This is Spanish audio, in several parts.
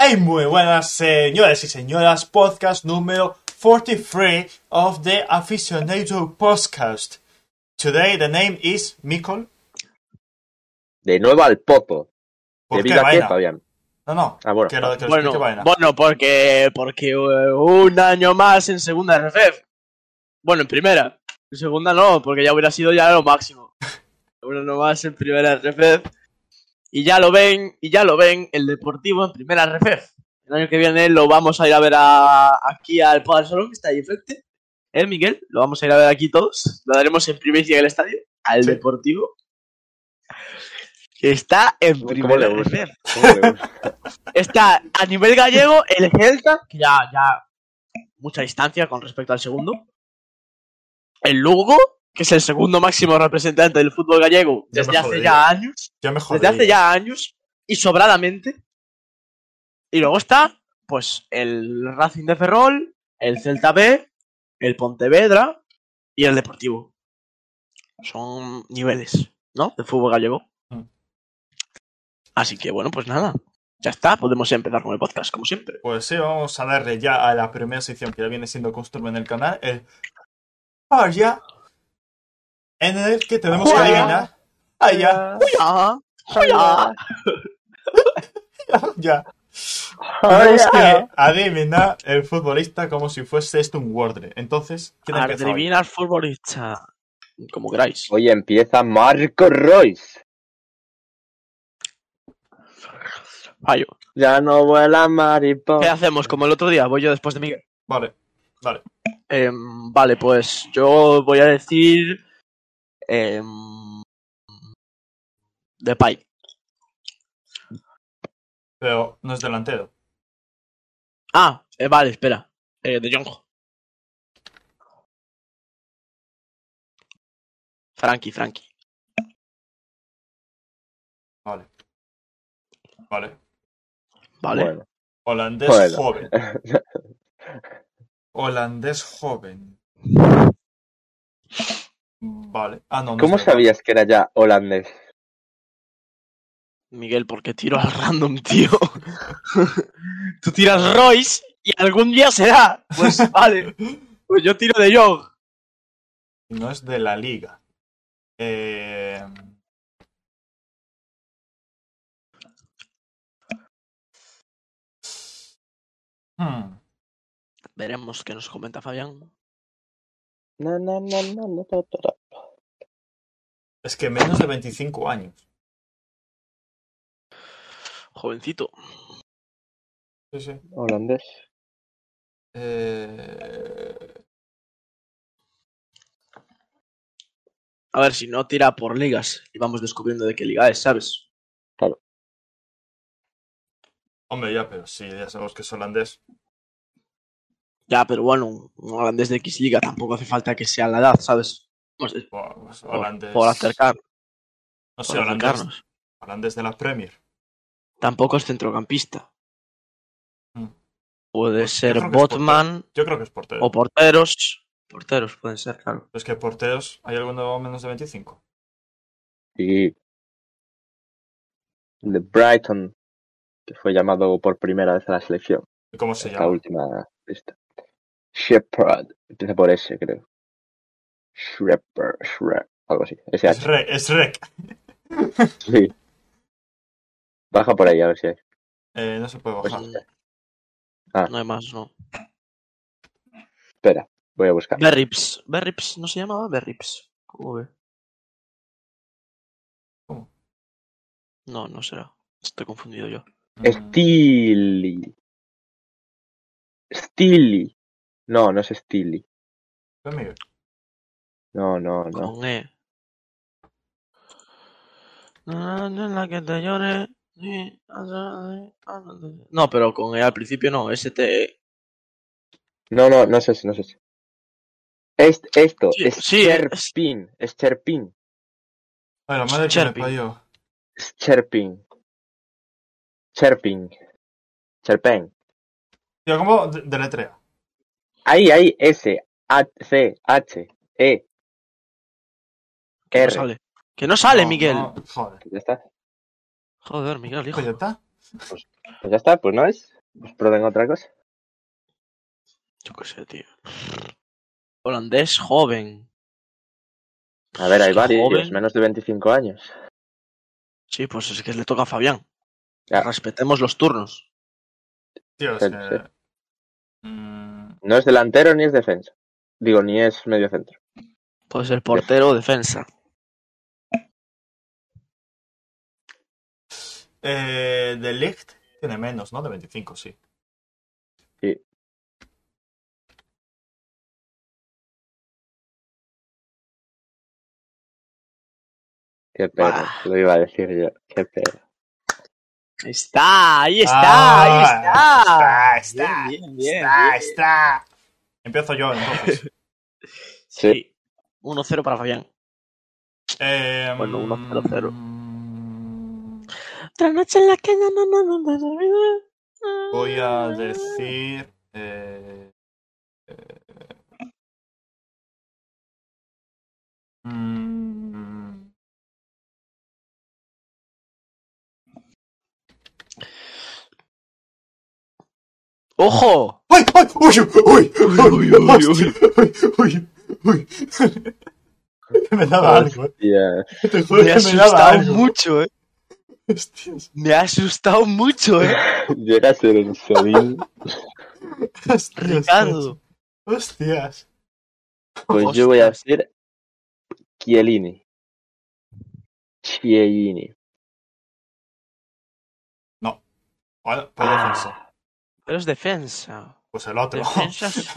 Hey, muy buenas señores y señoras, podcast número 43 of the Aficionado Podcast. Today the name is Mikol. De nuevo al Popo. ¿Por Pues ¿De qué Viva vaina? Quieta, bien. No, no, Ah, bueno. que lo que lo Bueno, explique vaina. bueno, porque, porque eh, un año más en segunda RFF. Bueno, en primera. En segunda no, porque ya hubiera sido ya lo máximo. un año más en primera RFF. Y ya lo ven, y ya lo ven el Deportivo en primera RFF. El año que viene lo vamos a ir a ver a- aquí al Poder Salón, que está ahí enfrente. ¿Eh, Miguel? Lo vamos a ir a ver aquí todos. Lo daremos en primicia en el estadio, al Sí. Deportivo. Que está en ¿Cómo primera le gusta? RFF. ¿Cómo le gusta? Está a nivel gallego el Celta, que ya, ya mucha distancia con respecto al segundo. El Lugo, que es el segundo máximo representante del fútbol gallego Ya desde me hace jodí. ¿eh? ya años. Ya me jodí. Desde hace ya años y sobradamente. Y luego está, pues, el Racing de Ferrol, el Celta B, el Pontevedra y el Deportivo. Son niveles, ¿no? De fútbol gallego. Mm. Así que, bueno, pues nada. Ya está, podemos empezar con el podcast, como siempre. Pues sí, vamos a darle ya a la primera sección que ya viene siendo costumbre en el canal, el Allá, en el que tenemos que Juega. adivinar. Ah, Allá, Hola, ya. Tenemos que adivinar el futbolista como si fuese esto un Wordle. Entonces, ¿quién empieza hoy? Adivina al futbolista. Como queráis. Hoy empieza Marco Royce. Fallo. Ya no vuela mariposa. ¿Qué hacemos? Como el otro día, voy yo después de Miguel. Vale, vale. Em, vale, pues yo voy a decir. Eh, Depay. Pero no es delantero. Ah, eh, vale, espera. Eh, de Jong. Frankie, Frankie. Vale. Vale. Vale. Bueno, Holandés Bueno. joven. Holandés joven. Vale. Ah, no, no ¿Cómo es verdad. sabías que era ya holandés? Miguel, ¿por qué tiro al random, tío? Tú tiras Royce y algún día será. Pues vale. Pues yo tiro de Jong. No es de la liga. Eh, hmm. Veremos qué nos comenta Fabián. No, no, no, no, no, no, no. Es que menos de 25 años. Jovencito. Sí, sí. Holandés. Eh, A ver, si no tira por ligas y vamos descubriendo de qué liga es, ¿sabes? Hombre, ya, pero sí, ya sabemos que es holandés. Ya, pero bueno, un un holandés de X Liga tampoco hace falta que sea la edad, ¿sabes? Pues, eh, Buah, pues por, holandés. por acercar, no sé, por holandés. acercarnos. Holandés de la Premier. Tampoco es centrocampista. Mm. Pues Puede ser creo que es Botman Yo creo que es portero. o porteros. Porteros pueden ser, claro. Pero es que porteros, ¿hay alguno menos de 25? Y. De Brighton. Que fue llamado por primera vez a la selección. ¿Y ¿Cómo se La llama? última lista. Shepard. Empieza por S, creo. Shepard. Shre- Algo así. Es SH. Rec. Es Rec. Sí. Baja por ahí, a ver si hay. Eh, no se puede Pues bajar. Mm. Ah. No hay más, no. Espera, voy a buscar. Berrips. Berrips, ¿no se llamaba? Berrips. ¿Cómo ve? ¿Cómo? No, no será. Estoy confundido yo. Mm, Steely. Steely. No, no es Steely. fue Miguel. No, no, no. Con E. Na, na, la que te llore, ni- ah, No, pero con E al principio no, STE. No, no, no es ese, no es ese. Es, esto, Sí, es sí, es- Cherpin, es Cherpin, Ay, la madre que me Cherpi. parió. es Cherpin. Cherpin. Cherpen. Tío, ¿cómo de- deletrea? Ahí, ahí, S, A, C, H, E. Que no R. sale. Que no sale, No, Miguel. no, joder. Ya está, Joder, Miguel, hijo. Pues ya está. pues ya está, pues no es. Pues prueben otra cosa. Yo qué sé, tío. Holandés joven. A ver, hay Pues Es que varios, joven. menos de 25 años. Sí, pues es que le toca a Fabián. Ya. Respetemos los turnos. Tío, es Sí, que... Mm, No es delantero ni es defensa. Digo, ni es medio centro. Puede ser portero o defensa. eh, de Ligt tiene menos, ¿no? De 25, sí. Sí. Qué pena, Bah. lo iba a decir yo. Qué pena. Ahí está, ahí está, Ah, ahí Ah, está. está, Bien, bien, bien, Está, bien. está. Empiezo yo entonces. Sí. 1-0 para Fabián. Eh, Bueno, uno, cero, cero. mm, Otra noche en la que ya no, no, no, no, no, no. Voy Ah. a decir. eh, eh, mm, ¡Ojo! ¡Ay, ay! ¡Uy, uy! Uy, uy, uy, hostia, uy, uy, uy. Que me daba algo, eh. Hostia. Te juro Me ha que me daba asustado algo. mucho, eh. Hostias, Me ha asustado mucho, eh. Llega a ser un sodín. hostias, Ricardo. Hostias. Pues yo voy a Ostras. decir Chiellini. Chiellini. Bueno, pues Ah. defensa. Pero es defensa. Pues el otro. Defensas.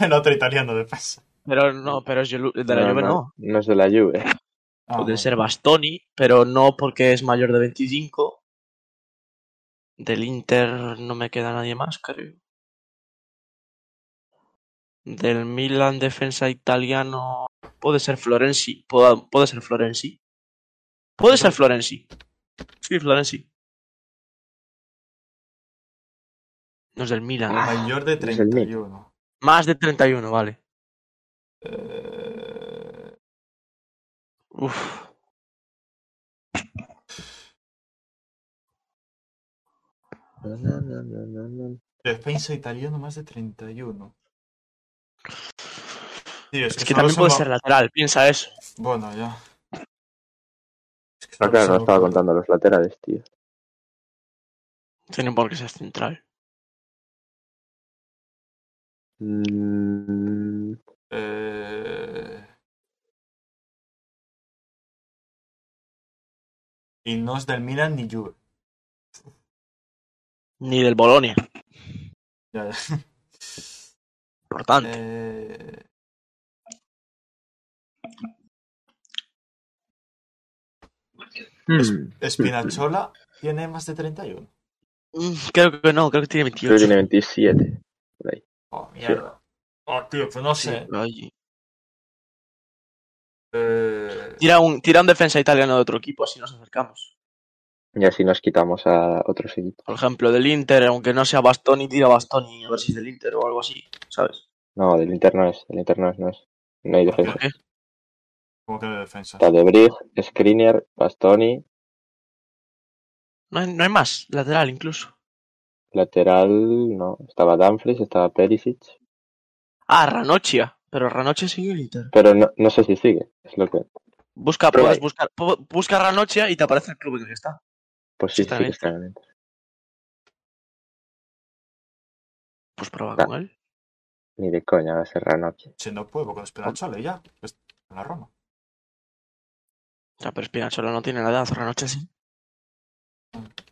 El otro italiano defensa. Pero no, pero es Gilu- de la no, Juve no. no, no es de la Juve. Ah, Puede bueno. ser Bastoni, pero no porque es mayor de 25. Del Inter no me queda nadie más, creo. Del Milan defensa italiano puede ser Florenzi, puede, puede ser Florenzi. Puede ser Florenzi. Sí, Florenzi. No es del Milan. Ah. Mayor de no es el mío. 31. Más de 31, vale. Eh, Uf. No, no, no, no, no. defensa italiano más de 31. Tío, Es que también puede ser lateral, piensa eso. Bueno, ya. Es que Ah, solo se claro, no me estaba ocurre. contando los laterales, tío. Tienen por qué ser central. Mm, Eh, Y no es del Milan ni Juve. Ni del Bolonia. Ya, ya. Importante. Eh, Hmm. Spinazzola tiene más de 31. Mm, Creo que no, creo que tiene Creo que 28. tiene 27. Oh, mierda. Oh, tío, pues no sé. Ay. Eh, Tira un, tira un defensa italiano de otro equipo, así nos acercamos. Y así nos quitamos a otros equipos. Por ejemplo, del Inter, aunque no sea Bastoni, tira Bastoni, a ver si es del Inter o algo así, ¿sabes? No, del Inter no es. Del Inter no es, no es. No hay defensa. ¿Por qué? ¿Cómo que de defensa? Está de Brig, Skriniar, Bastoni, No hay, no hay más, lateral incluso. lateral, no. Estaba Dumfries, estaba Perisic. Ah, Ranocchia, pero Ranocchia sigue en el Inter. Pero no, no sé si sigue. Es lo que. Busca, Pero puedes hay- buscar, pu- busca Ranocchia y te aparece el club en el que está. Pues Sí, sí, sí, está que bien. está en el Inter. Pues prueba Ah. con él. Ni de coña va a ser Ranocchi. Si no puedo con Spinazzola y ya. Pues, en la Roma. Ya, pero Spinazzola no tiene la edad, Ranocchia sí. Cuatro.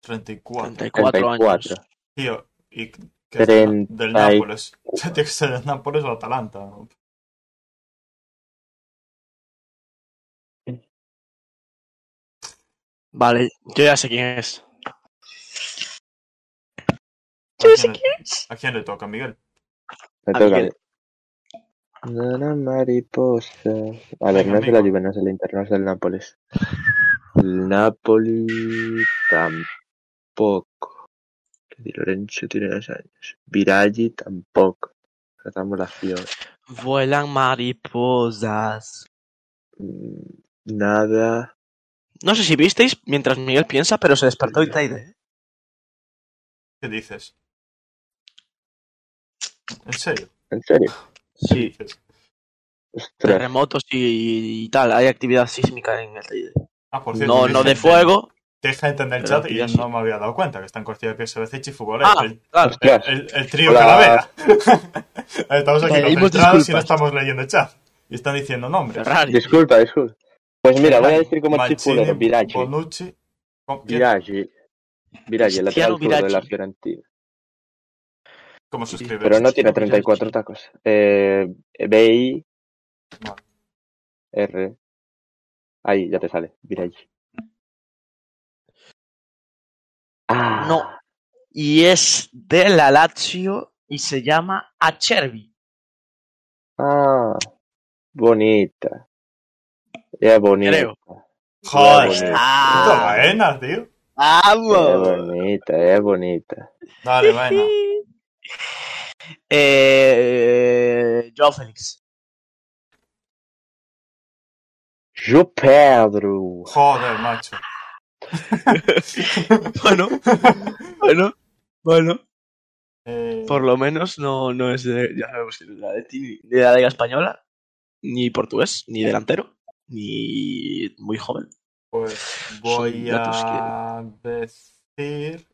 34. 34 años. 34. Tío, y que es del, del Treinta y- Nápoles. O sea, tiene que ser del Nápoles o Atalanta. ¿no? Vale, yo ya sé quién es. ¿A quién, le, a quién le toca, Miguel? Me A toca. Miguel. Nana mariposa. A Venga, ver, no es de la amigo. Juve, no es del Inter, no es del Nápoles. El Napoli tampoco. Di Lorenzo tiene dos años. Viraggi tampoco. Tratamos la fiebre. Vuelan mariposas. Mm, Nada. No sé si visteis mientras Miguel piensa, pero se despertó Itaide. ¿eh? ¿Qué dices? ¿En serio? ¿En serio? ¿Qué Sí, dices? Ostras. terremotos y, y tal. Hay actividad sísmica en Itaide. Ah, por cierto, No, no dice- de fuego. Deja entender el Pero chat que ya y sí. no me había dado cuenta que están cortidos de PSBC y futboleros. Ah, el, claro. Ostras. el- el trío Hola. calavera. Estamos aquí Pedimos concentrados y no disculpas. estamos leyendo el chat. Y están diciendo nombres. Ferrari. Disculpa, disculpa. Pues mira, voy a decir como Mancini, artículo Virachi. Bonucci. ¿Cómo, quién- Virachi. Virachi, el lateral Cristiano zurdo de la Virachi. Fiorentina. cómo se escribe? Pero no tiene Cristiano 34 tacos. Eh, BI. Vale. R. Ahí, ya te sale. Virachi. Ah, No. Y es de la Lazio y se llama Acerbi. Ah, bonita. Es bonita. Creo. Joder, Qué bonito. puto Ah, Baena, tío. Es ¡Vamos! bonita, es bonita. Dale, Baena. Eh, Joao Félix. Yo, Pedro. Joder, macho. Bueno, bueno, bueno. Eh, Por lo menos no, no es de, ya sabemos que no es la de, ti- de la Liga Española, ni portugués, ni delantero, ni muy joven. Pues voy Son datos a decir.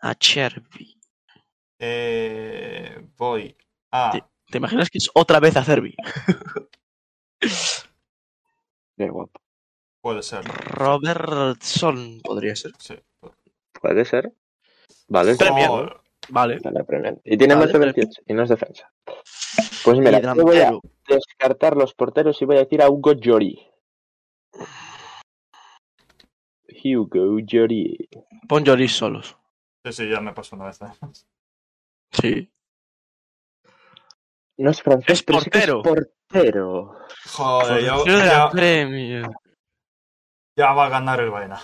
Acerbi. eh, voy a. Sí. ¿Te imaginas que es otra vez Acerbi? Qué guapo. Puede ser. Robertson podría ser. Sí. Puede ser. Vale, Premier. Joder. Vale. Está la Premier. Y tiene Vale, más de 28 y no es defensa. Pues mira, Y yo voy a delantero. descartar los porteros y voy a decir a Hugo Lloris. Hugo Lloris. Pon Lloris solos. Sí, sí, ya me pasó una vez. ¿eh? Sí. No es francés, Es pero sí que portero. portero. Joder, ya, Portero de la ya- Premier. ya va a ganar el Baena.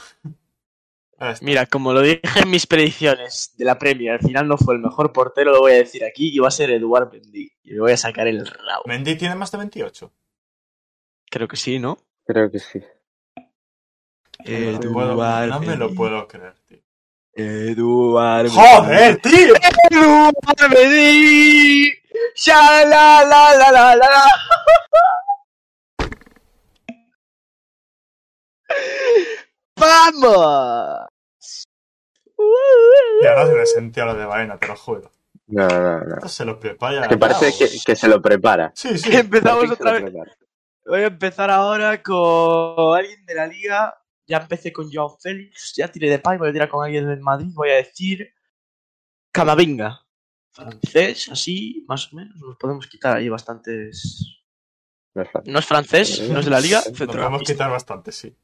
Este, Mira, como lo dije en mis predicciones de la Premier, al final no fue el mejor portero, lo voy a decir aquí, y va a ser Eduard Mendy. Y le voy a sacar el rabo. Mendy tiene más de 28. Creo que sí, ¿no? Creo que sí. Eh, No, me puedo- no me lo Mendy. puedo creer, tío. Eduard ¡Joder, tío! Mendy. ¡Eduard Mendy! ¡Ya la la la la la! ¡Vamos! Ya no tiene sentido lo de Baena, te lo juro. No, no, no. Esto se lo prepara. Que parece ya, que, o- que se lo prepara. Sí, sí. Empezamos Parece que se otra lo vez. prepara. Voy a empezar ahora con alguien de la liga. Ya empecé con Joao Félix, ya tiré de Pai, voy a tirar con alguien del Madrid, voy a decir Camavinga. Francés, así, más o menos. Nos podemos quitar ahí bastantes. No es francés. No es francés, no es de la liga. Nos podemos centrocampista. quitar bastante, sí.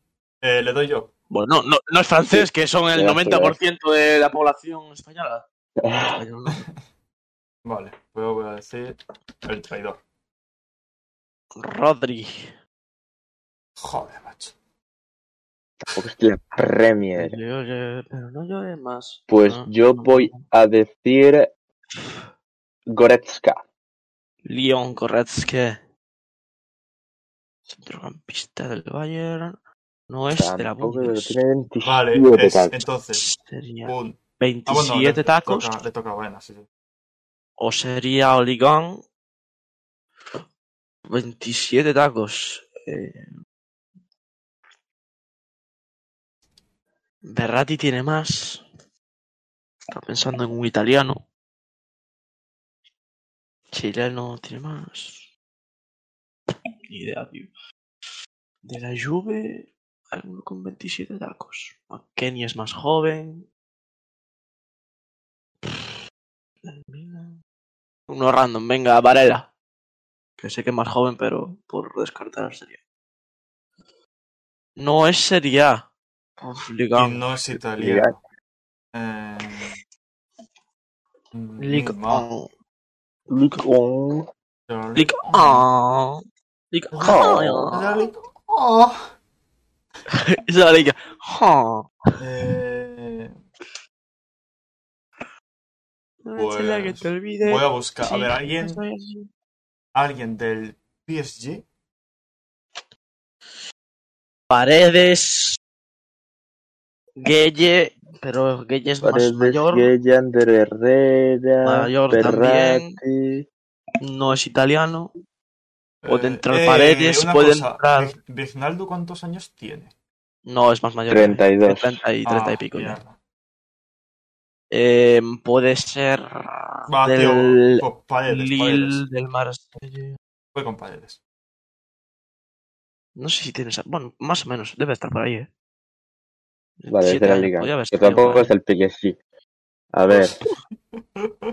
Eh, le doy yo. Bueno, no, no, no es francés, que son el Ya, 90% de la población española. Español, no. Vale, luego voy a decir el traidor. Rodri. Joder, macho. Tampoco es la Premier. Yo- yo- Pero no llores más. Eh. Pues Ah. yo voy a decir Goretzka. Leon Goretzka. Centrocampista del Bayern. No es de la Tampoco pero Bundesliga. tiene 27 Vale, es, tacos. entonces. Sería Un... Ah, bueno, le, 27 le tacos. toca- le toca a Baena, sí, sí. O sería Oligón. 27 tacos. Eh... Berratti tiene más. Está pensando en un italiano. Chileno tiene más. Ni idea, tío. De la Juve, alguno con 27 tacos. Kenny es más joven. Del Milan. Uno random, venga, Varela. Que sé que es más joven, pero por descartar sería. No es Serie A. Uf, Liga. Y no es italiano. Eh... mm, Liga. no, Lucon. pero- Liga. Ah. Liga. Pero Ah. Liga- oh. Es la Liga. Ah. Eh, No es la que Pues, te olvides. voy a buscar. A Sí, ver, alguien, no soy así. alguien del PSG. Paredes. Guelle, pero Guelle es más Paredes, mayor. Gueye, Ander Herrera, Mayor Ferrati, no es italiano. Puede Eh, entrar Paredes, una puede cosa, entrar- Vig- Vignaldo, ¿cuántos años tiene? No, es más mayor. 32. 30 y, 30 Ah, y pico. ya. mierda. Eh, puede ser Va, del tío, pues Paredes, Paredes. Lille, del Marsella. Voy con Paredes. No sé si tienes. Bueno, más o menos, debe estar por ahí, eh. Vale, es Siete de la años, liga. podía haber Que salido tampoco por ahí. es el Piquecí. A ver.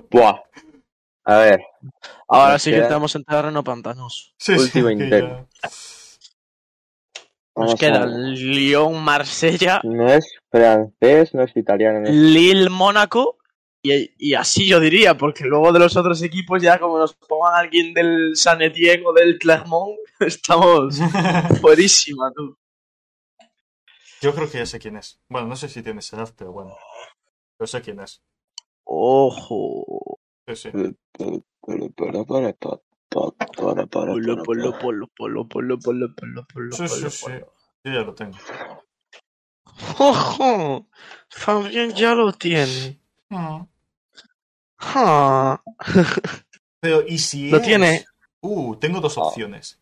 Buah. A ver, Ahora Nos sí que queda- estamos en terreno pantanoso. Sí, Último sí, que intento. ya- vamos Nos a queda ver. Lyon, Marsella, No es francés, no es italiano. no es- Lille, Mónaco. Y, y así yo diría, porque luego de los otros equipos, ya como nos pongan alguien del San Etienne o del Clermont, estamos fuerísima, tú. Yo creo que ya sé quién es. Bueno, no sé si tienes edad, pero bueno. Yo sé quién es. Ojo. Sí, sí. Polo, polo, polo, polo, polo, polo, polo, polo, Sí, sí, polo, sí. polo. Yo ya lo tengo. ¡Ojo! Fabián ya lo tiene. Ah. Pero, ¿y si Lo es? tiene. Uh, tengo Ah. dos opciones.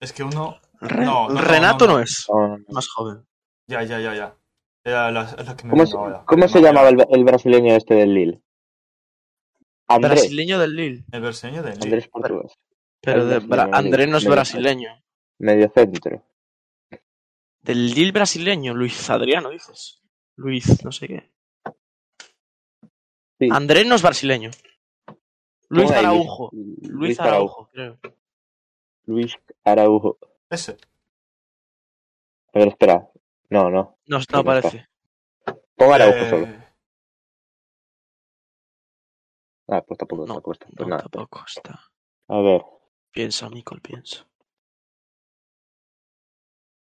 Es que uno... Re- No, no, no, Renato no, no, no. es. No, no, no. Más joven. Ya, ya, ya, ya. Era la, es la que me ¿Cómo vino se, ahora. cómo No, se ya. llamaba el, el brasileño este del Lille? Andrés. Brasileño del Lille. El brasileño de Lille. Andrés Portugués. Pero El de brasileño Bra- del Lille. André no es Medio- brasileño. Medio centro. Del Lille brasileño, Luis Adriano, dices. Luis, no sé qué. Sí. André no es brasileño. Luis Ponga ahí, Araujo. Luis, Luis Araujo, creo. Luis Araujo. Ese. A ver, espera. No, no. No, no no parece. Ponga Araujo Eh, solo. Ah, pues tampoco No, te cuesta. Pues No, nada. tampoco está. A ver. Piensa, Nicole, piensa.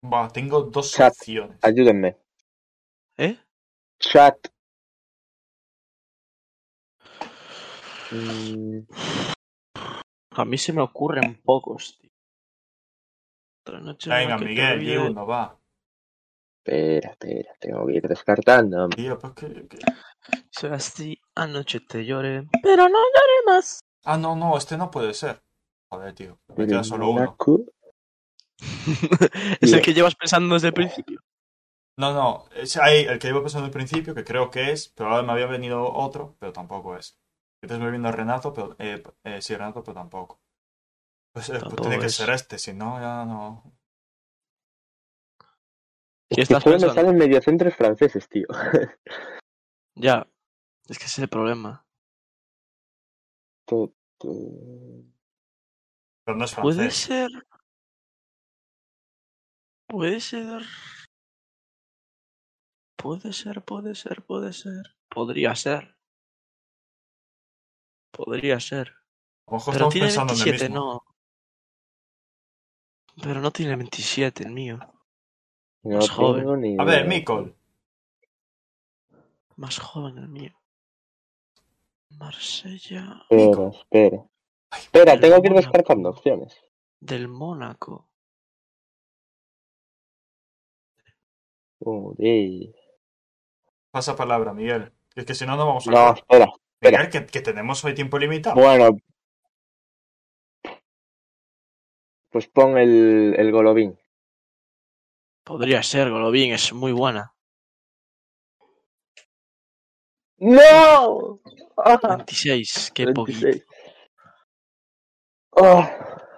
Va, tengo dos Chat. opciones. Ayúdenme. ¿Eh? Chat. Mm, A mí se me ocurren pocos, tío. Otra noche en Venga, la que te Miguel, di olvides- uno, va. espera, espera. Tengo que ir descartando. Tío, pues que- que- Soy así, anoche te lloré, pero no lloré más. Ah, no, no, este no puede ser. Joder, tío. Me queda solo uno. Monaco. es Tío. el que llevas pensando desde el principio. No, no, es- hay el que iba pensando al principio, que creo que es, pero ahora me había venido otro, pero tampoco es. Entonces me vino a Renato, pero eh, eh, sí, Renato, pero tampoco. Pues, eh, pues Tampoco tiene que es. ser este, si no, ya no. ¿Qué Es que estás solo me pensando? salen mediocentros franceses, tío. Ya, es que ese es el problema. Tu, tu. Pero no es Puede francés. ser. Puede ser. Puede ser, puede ser, puede ser. Podría ser. Podría ser. A lo mejor Pero estamos tiene pensando en el 27, mismo. no. Pero no tiene 27 el mío. No Más tengo joven. ni A ver, idea. Mikol. Más joven el mío. Marsella. Espera, espera. Espera, tengo que ir Mónaco. descartando opciones. Del Mónaco. Joder. Pasa palabra, Miguel. Es que si no, no vamos a No, acabar. espera. espera. Miguel, que, que tenemos hoy tiempo limitado. Bueno. Pues pon el, el Golovin. Podría ser, Golovin, es muy buena. ¡No! Ah, 26, qué poquito. 26. Ah,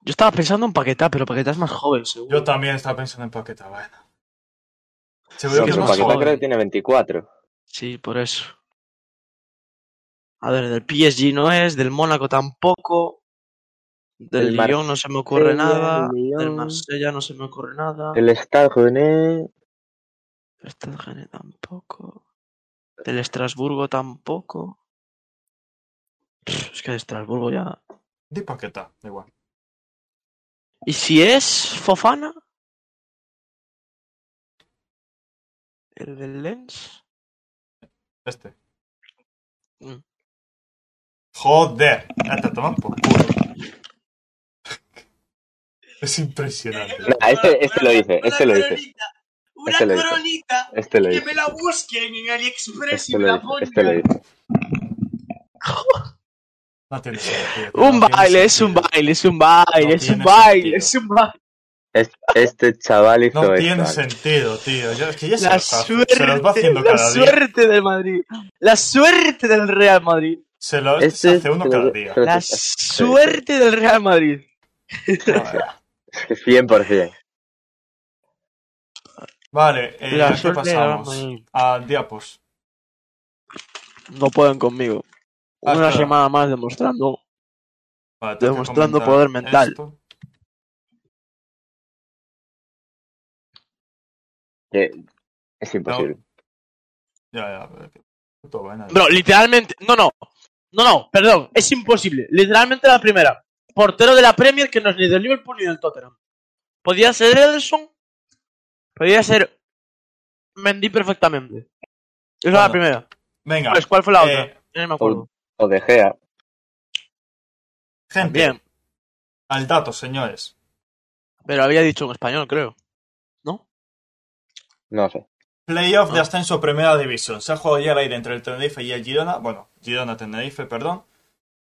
Yo estaba pensando en Paquetá, pero Paquetá es más joven, seguro. Yo también estaba pensando en Paqueta, bueno. no, Seguro Sí, que es pero más más Paquetá joven. creo que tiene 24. Sí, por eso. A ver, del PSG no es, del Mónaco tampoco. Del El Mar- Lyon no se me ocurre Marsella, nada. el Del Lyon. Marsella no se me ocurre nada. El Stade Rennais, Del Stade tampoco. Del Estrasburgo tampoco. Pff, Es que de Estrasburgo ya. Di Paqueta, da igual. ¿Y si es Fofana? ¿El del Lens? Este. Mm. Joder, ya te toman por culo. Es impresionante. Nah, este, este lo hice, este lo hice. Una Este lo hice. coronita. Este lo que hice. me la busquen en AliExpress y Este me lo la hice. pongan. Este lo hice. No tiene sentido. tío, Un no tiene baile, es sentido. un baile, es un baile, No es un tiene baile, sentido. es un baile. Este, este chaval hizo No esto. tiene Alex. sentido, tío. Ya- es que ya se La los hace. Se los va suerte, haciendo la cada día. suerte del Madrid. La suerte del Real Madrid. Se lo Este se hace es- uno cada día. Pero La sí, suerte del Real Madrid. Joder. Es que 100%. Vale, eh, La ¿a qué suerte de pasamos? Dortmund. A diapos. No pueden conmigo. Ah, Una espera. semana más demostrando. Vale, tengo que Demostrando comentar poder mental. esto. Eh, Es imposible. Ya, ya, pero qué puto buena. Bro, literalmente. No, no. No, no, perdón. Es imposible. Literalmente la primera. Portero de la Premier que no es ni del Liverpool ni del Tottenham. Podía ser Ederson. Podía ser Mendy perfectamente. Esa es la Bueno. primera. Venga, Pues, ¿Cuál fue la otra? eh, Ya no me acuerdo. O de Gea. gente, Bien. al dato, señores. Pero había dicho en español, creo. No sé. Playoff de Ah. ascenso Primera División. Se ha jugado ya el aire entre el Tenerife y el Girona. Bueno, Girona-Tenerife, perdón.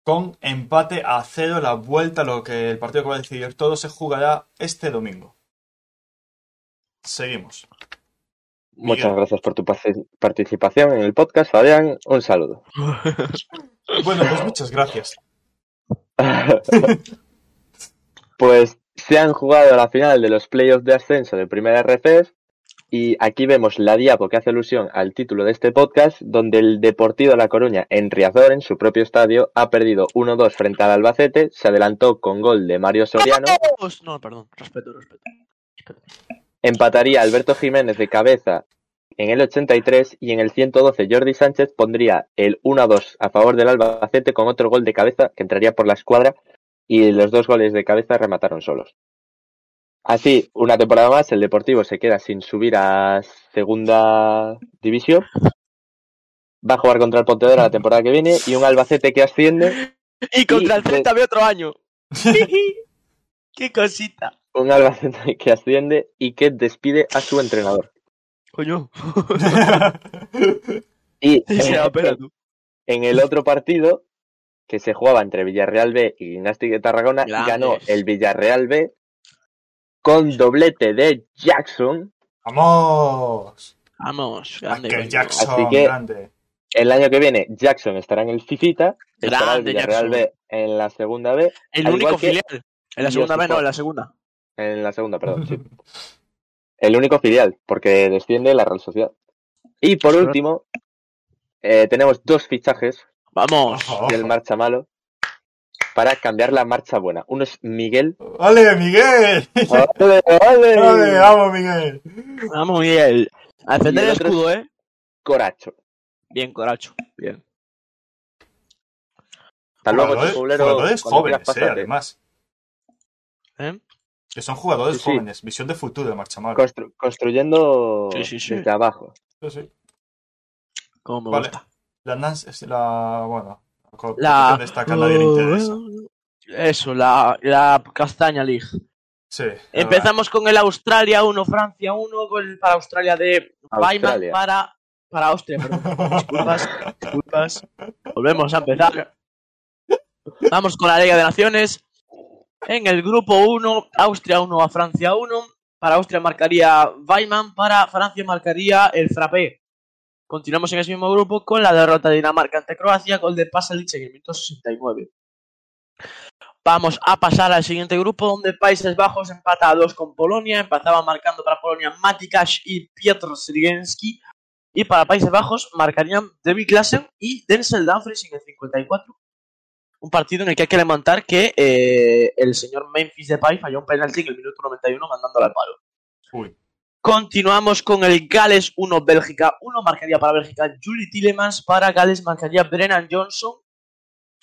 Con empate a cero la vuelta, lo que el partido que va a decidir todo se jugará este domingo. Seguimos. Muchas gracias por tu paci- participación en el podcast, Fabián. Un saludo. Bueno, pues muchas gracias. Pues se han jugado la final de los playoffs de ascenso de Primera RFEF y aquí vemos la diapo que hace alusión al título de este podcast, donde el Deportivo La Coruña en Riazor, en su propio estadio, ha perdido 1-2 frente al Albacete, se adelantó con gol de Mario Soriano, ¡Vamos! No, perdón. Respeto, respeto. empataría Alberto Jiménez de cabeza en el 83 y en el 112 Jordi Sánchez pondría el 1-2 a favor del Albacete con otro gol de cabeza que entraría por la escuadra y los dos goles de cabeza remataron solos. Así, una temporada más, el Deportivo se queda sin subir a segunda división. Va a jugar contra el Pontevedra la temporada que viene y un Albacete que asciende Y contra Y el 30 había otro año. ¡Qué cosita! un Albacete que asciende y que despide a su entrenador. Coño. Y eh, Se la pela, Eh, tú. En el otro partido, que se jugaba entre Villarreal B y Gimnástica de Tarragona, Grandes. ganó el Villarreal B con doblete de Jackson. ¡Vamos! Vamos, grande. Michael coño. Jackson, Así que- grande. El año que viene, Jackson estará en el Fifita, estará el Grande Villarreal Jackson. B en la segunda B, El Al único igual que- filial. En la Dios segunda te vez, no, pague. en la segunda. en la segunda, perdón, sí. El único filial, porque desciende la Real Sociedad. Y por Claro. último, eh, tenemos dos fichajes Vamos. Ojo, del marcha malo para cambiar la marcha buena. Uno es Miguel. ojo. ¡Vale, Oh. Miguel! ¡Ole, ole! ¡Vale, vamos, Miguel! Vamos, Miguel. A defender Y el, el otro es- escudo, eh. Coracho. Bien, Coracho. Bien. Hasta luego, jugadores, Chiculero, jugadores cuando jóvenes, quieras, eh, pásate. además. ¿Eh? Que son jugadores Sí, sí. jóvenes. Visión de futuro de Marcha Malo. Constru- construyendo Sí, sí, sí. desde abajo. Sí, sí. Como me Vale. gusta. La Nans es la. Bueno. La. co- La. de esta que a nadie le interesa. Eso, la, la Castaña League. Ah, Sí. Empezamos con el Australia 1, Francia 1, gol para Australia de Weimann Australia. para, para Austria. Perdón. Disculpas, disculpas. Volvemos a empezar. Vamos con la Liga de Naciones. En el grupo 1, Austria 1 a Francia 1. Para Austria marcaría Weimann, para Francia marcaría el Frappé. Continuamos en ese mismo grupo con la derrota de Dinamarca ante Croacia, gol de Pasalic en el minuto 69. Vamos a pasar al siguiente grupo donde Países Bajos empata a 2 con Polonia, empezaba marcando para Polonia Matikash y Piotr Srigenski y para Países Bajos marcarían David Klassen y Denzel Dumfries en el 54. Un partido en el que hay que levantar que eh, el señor Memphis Depay falló un penalti en el minuto 91 mandándole al palo. Uy. Continuamos con el Gales 1, Bélgica 1. Marcaría para Bélgica Julie Tillemans. Para Gales marcaría Brennan Johnson,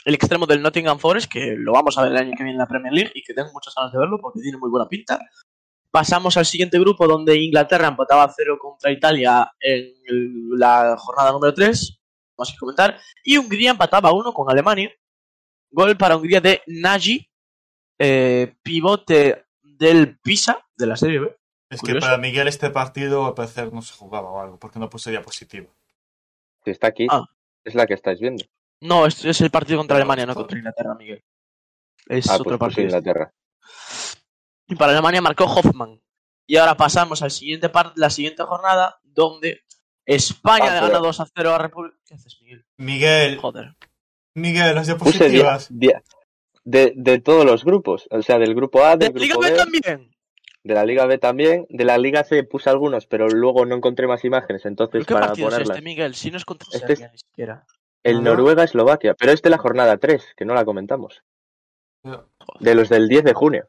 el extremo del Nottingham Forest, que lo vamos a ver el año que viene en la Premier League y que tengo muchas ganas de verlo porque tiene muy buena pinta. Pasamos al siguiente grupo donde Inglaterra empataba a cero contra Italia en el- la jornada número 3. Más que comentar. Y Hungría empataba a uno con Alemania. Gol para Hungría de Nagy, eh, pivote del Pisa de la Serie B. Es que Curioso. para Miguel este partido al parecer no se jugaba o algo, porque no puse diapositiva. Si está aquí, Ah. es la que estáis viendo. No, es, es el partido contra Pero Alemania, no esto- contra Inglaterra, Miguel. Es ah, pues otro puse partido. Inglaterra. Y para Alemania marcó Hoffman. Y ahora pasamos al siguiente par- la siguiente jornada, donde España Ah, le pero- gana 2 a 0 a República. ¿Qué haces, Miguel? Miguel, Joder. Miguel, las Puse die- diapositivas. die- de, de todos los grupos, o sea, del grupo A, del grupo Explícame B, también. de la Liga B también, de la Liga C puse algunos, pero luego no encontré más imágenes, ¿Pero entonces ¿Qué para partido es ponerlas. este, Miguel? Si no es contra Este Serbia ni siquiera. El Ajá. Noruega-Eslovaquia, pero este es la jornada 3, que no la comentamos, de los del 10 de junio.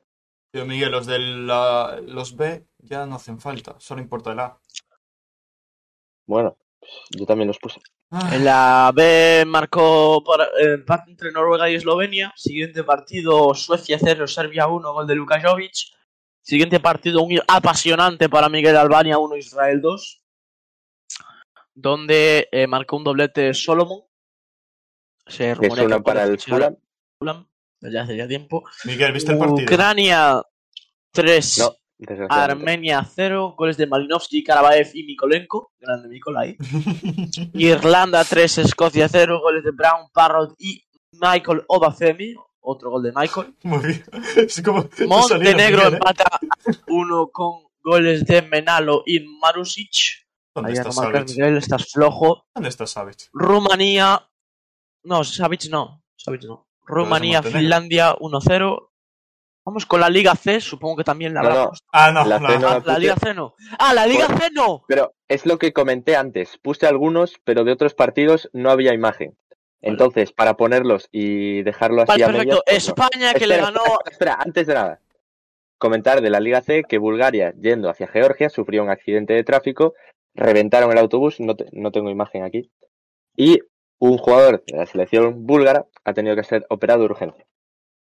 Pero Miguel, los de la- los B ya no hacen falta, solo importa el A. Bueno, yo también los puse. Ah, En la B marcó por- eh, empate entre Noruega y Eslovenia. Siguiente partido, Suecia 0, Serbia 1, gol de Luka Jovic. Siguiente partido, un apasionante para Miguel Albania 1, Israel 2. Donde eh, marcó un doblete Solomon. Se Es rumorea una que este para puede el fichar Fulham. Fulham, Ya hace ya tiempo. Miguel, ¿viste el partido? Ucrania 3, No, desgraciadamente. Armenia 0, goles de Malinovsky, Karabaev y Mikolenko. Grande Nikolai. Irlanda 3, Escocia 0, goles de Brown, Parrot y Michael Obafemi, otro gol de Michael. Muy bien. Es como te salieron, Montenegro Miguel, ¿eh? empata a 1 con goles de Menalo y Marusic. ¿Dónde Ahí está no marcas, Savic? Miguel, estás flojo. ¿Dónde está Savic? Rumanía, no, Savic no, Savic no. Rumanía, Montenegro. Finlandia 1-0. Vamos con la Liga C, supongo que también la No, habrá no. puesto. Ah, no, La no. cena- Ah, la Liga C no. ¡Ah, la Liga C no! Pero es lo que comenté antes. Puse algunos, pero de otros partidos no había imagen. Entonces, para ponerlos y dejarlo así Vale, a perfecto. medias, pues no. España que le Espera, ganó espera, espera, antes de nada. Comentar de la Liga C que Bulgaria, yendo hacia Georgia, sufrió un accidente de tráfico, reventaron el autobús, no, te- no tengo imagen aquí, y un jugador de la selección búlgara ha tenido que ser operado de urgencia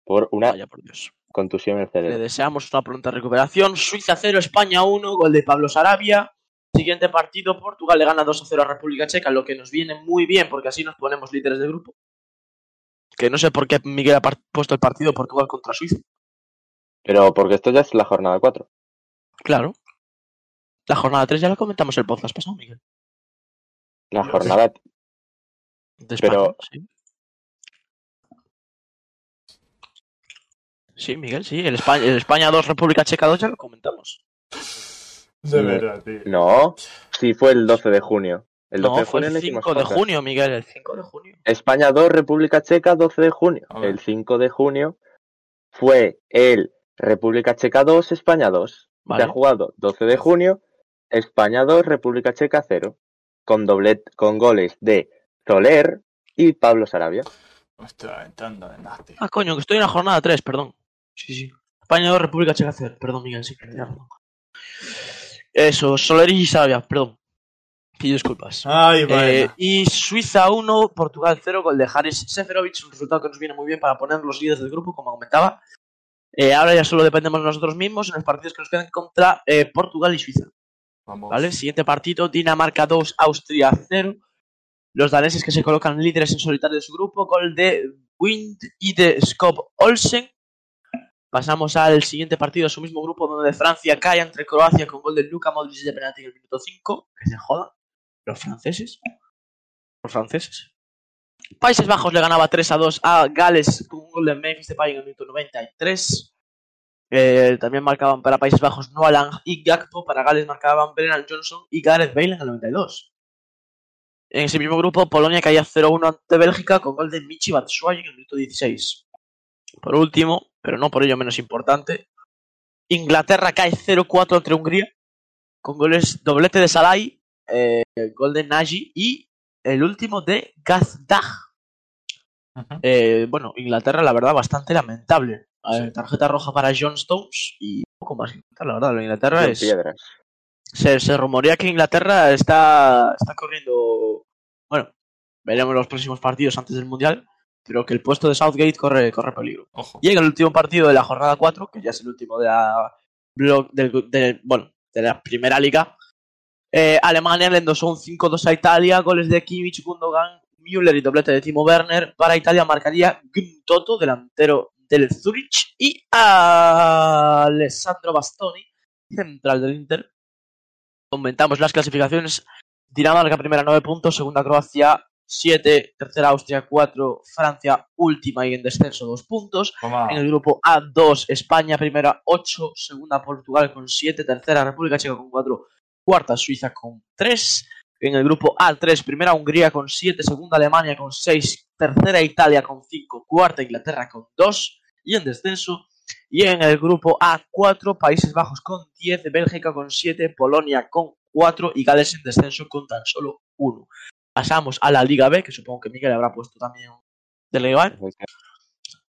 por una Vaya por Dios. contusión en el Le cerebro. deseamos una pronta recuperación. Suiza 0, España 1, gol de Pablo Sarabia. Siguiente partido, Portugal le gana 2-0 a República Checa, lo que nos viene muy bien porque así nos ponemos líderes de grupo. Que no sé por qué Miguel ha par- puesto el partido Portugal contra Suiza. Pero porque esto ya es la jornada 4. Claro. La jornada 3 ya la comentamos el podcast pasado, Miguel. La Dios. jornada... De España, Pero- sí. Sí, Miguel, sí. El España, el España 2, República Checa 2 ya lo comentamos. De verdad, tío. No, sí fue el 12 de junio. El 12 no, de fue junio el no hicimos 5 de podcast. junio, Miguel, el 5 de junio. España 2, República Checa 12 de junio. A ver. El 5 de junio fue el República Checa 2, España 2. Vale. Se ha jugado 12 de junio, España 2, República Checa 0. Con, doblet, con goles de Soler y Pablo Sarabia. Me está aventando de nate. Ah, coño, que estoy en la jornada 3, perdón. Sí, sí. España 2, República Checa 0. Perdón, Miguel, sí. tienes razón. Eso, Soler y Sarabia, perdón. Pido disculpas. Ay, Eh, vaya. y Suiza 1, Portugal 0, gol de Haris Seferovic, un resultado que nos viene muy bien para poner los líderes del grupo, como comentaba. Eh, ahora ya solo dependemos de nosotros mismos en los partidos que nos quedan contra eh, Portugal y Suiza. Vamos. ¿Vale? Siguiente partido, Dinamarca 2, Austria 0. Los daneses que se colocan líderes en solitario de su grupo, gol de Wind y de Skop Olsen. Pasamos al siguiente partido de su mismo grupo, donde Francia cae entre Croacia con gol de Luka Modric de penalti en el minuto 5. Que se jodan. Los franceses. Los franceses. Países Bajos le ganaba 3 a 2 a Gales con un gol de Memphis Depay en el minuto 93. Eh, también marcaban para Países Bajos Noalan y Gakpo. Para Gales marcaban Brennan Johnson y Gareth Bale en el 92. En ese mismo grupo, Polonia caía 0-1 ante Bélgica con gol de Michi Batshuayi en el minuto 16. Por último, pero no por ello menos importante, Inglaterra cae 0-4 ante Hungría con goles doblete de Salai, eh, gol de Nagy y el último de Gazdag. Ujú. Eh, bueno, Inglaterra, la verdad, bastante lamentable. A ver, Sí. Tarjeta roja para John Stones y poco más. que contar, La verdad, Lo de Inglaterra Son es. piedras. Se, se rumorea que Inglaterra está, está corriendo. Bueno, veremos los próximos partidos antes del mundial. Pero que el puesto de Southgate corre, corre peligro. Ojo. Llega el último partido de la jornada 4, que ya es el último de la, blo- del- del- bueno, de la primera liga. Eh, Alemania le endosó un 5-2 a Italia, goles de Kimmich, Gundogan, Müller y doblete de Timo Werner. Para Italia marcaría Guntoto, delantero del Zurich y a Alessandro Bastoni, central del Inter. Aumentamos las clasificaciones. Dinamarca primera 9 puntos, segunda Croacia 7, tercera Austria 4, Francia última y en descenso 2 puntos. Toma. En el grupo A2, España primera 8, segunda Portugal con 7, tercera República Checa con 4, cuarta Suiza con 3. En el grupo A3, primera Hungría con 7, segunda Alemania con 6, tercera Italia con 5, cuarta Inglaterra con 2 y en descenso. Y en el grupo A4, Países Bajos con 10, Bélgica con 7, Polonia con 4 y Gales en descenso con tan solo 1. Pasamos a la Liga B, que supongo que Miguel habrá puesto también un relevar.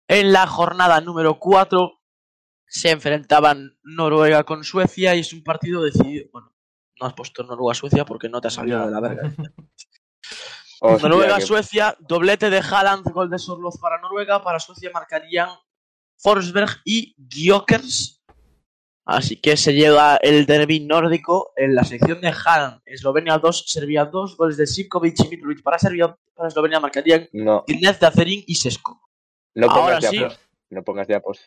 En la jornada número 4 se enfrentaban Noruega con Suecia y es un partido decidido. Bueno, no has puesto Noruega-Suecia porque no te has salido Ya. de la verga. Hostia, qué- Noruega-Suecia, doblete de Haaland, gol de Sorloz para Noruega. Para Suecia marcarían Forsberg y Gjokers. Así que se lleva el derby nórdico en la sección de Haaland. Eslovenia 2, Serbia 2, goles de Sivkovic y Mitrovic para Serbia. Para Eslovenia marcarían No, Ginez, Dacerin y Sesko. no pongas Ahora sí. diapos. No pongas diapos.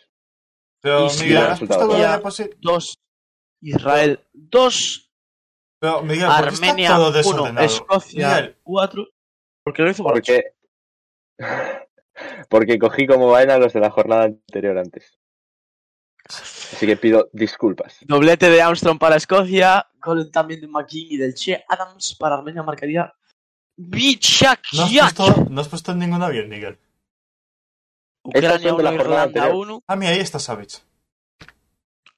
Pero, Y sí, Miguel, ya, ¿has puesto lo de ya. deposi- 2, Israel 2, Pero, Miguel, ¿por qué pues, está Armenia todo 1, desordenado? Escocia Miguel. 4. Porque lo hizo por ocho. Porque. Porque cogí como vaina los de la jornada anterior antes. Así que pido disculpas. Doblete de Armstrong para Escocia. Gol también de McKean y del Che Adams para Armenia marcaría No has, Bichakiak. puesto, no has puesto ninguna bien, Miguel. Estas Ucrania son de 1, la jornada Irlanda anterior. 1. Ah, mira, ahí está Savage.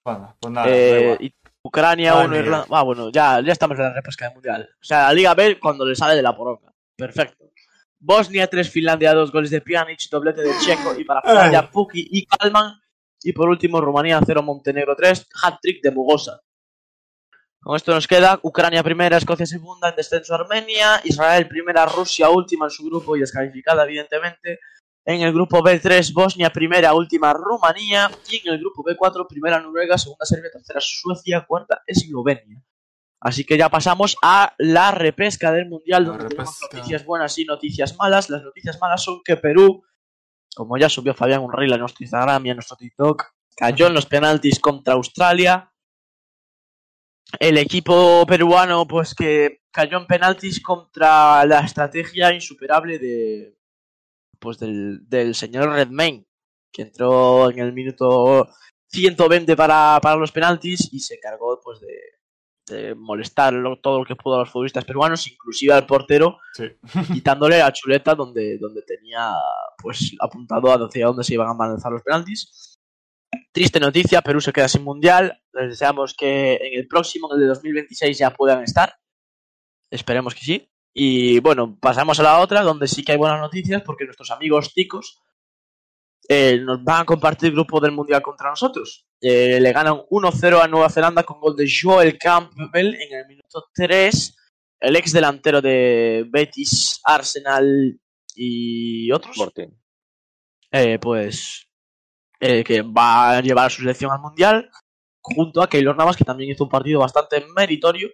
Bueno, pues nada. da Eh, igual. y- Ucrania Ay, 1, Miguel. Irlanda. Ah, bueno, ya, ya estamos en la repesca del mundial. O sea, la Liga B cuando le sale de la poronga. Perfecto. Bosnia 3, Finlandia 2, goles de Pjanic, doblete de Checo y para Ay. Finlandia Puki y Kalman. Y por último, Rumanía 0, Montenegro 3, hat-trick de Mugosa. Con esto nos queda Ucrania primera, Escocia segunda, en descenso Armenia, Israel primera, Rusia última en su grupo y descalificada evidentemente. En el grupo B3, Bosnia, primera, última, Rumanía. Y en el grupo B4, primera, Noruega, segunda, Serbia, tercera, Suecia, cuarta, Eslovenia. Así que ya pasamos a la repesca del Mundial, La donde tenemos repesca. noticias buenas y noticias malas. Las noticias malas son que Perú, como ya subió Fabián un reel a nuestro Instagram y a nuestro TikTok, cayó en los penaltis contra Australia. El equipo peruano, pues que cayó en penaltis contra la estrategia insuperable de, pues del, del señor Redmayne, que entró en el minuto 120 para, para los penaltis y se encargó pues de, de molestar lo- todo lo que pudo a los futbolistas peruanos, inclusive al portero, Sí. quitándole la chuleta donde, donde tenía pues apuntado hacia dónde se iban a lanzar los penaltis. Triste noticia, Perú se queda sin mundial. Les deseamos que en el próximo, en el de 2026, ya puedan estar. Esperemos que sí. Y bueno, pasamos a la otra, donde sí que hay buenas noticias, porque nuestros amigos ticos eh, nos van a compartir el grupo del Mundial contra nosotros. Eh, le ganan 1-0 a Nueva Zelanda con gol de Joel Campbell en el minuto 3. El ex delantero de Betis, Arsenal y otros. Martín. Eh, pues eh, que va a llevar a su selección al mundial junto a Keylor Navas que también hizo un partido bastante meritorio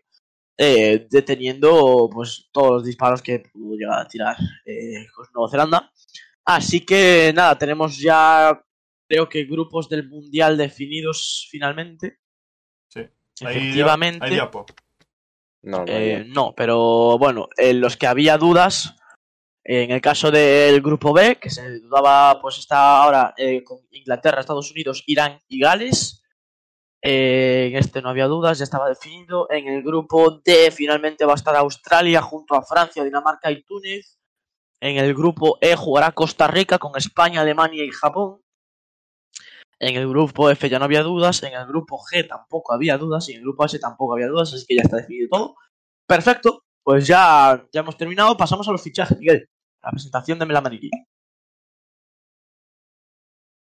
eh, deteniendo pues todos los disparos que pudo llegar a tirar eh, con Nueva Zelanda así que nada tenemos ya creo que grupos del mundial definidos finalmente Sí. Ahí- efectivamente Ahí diapo. No, no, eh, no, pero bueno, en los que había dudas, eh, en el caso del grupo B, que se dudaba, pues está ahora eh, con Inglaterra, Estados Unidos, Irán y Gales. eh, en este no había dudas, ya estaba definido. En el grupo D finalmente va a estar Australia junto a Francia, Dinamarca y Túnez. En el grupo E jugará Costa Rica con España, Alemania y Japón. En el grupo F ya no había dudas, en el grupo G tampoco había dudas y en el grupo H tampoco había dudas, así que ya está definido todo. Perfecto, pues ya, ya hemos terminado. Pasamos a los fichajes, Miguel. La presentación de Melamariki.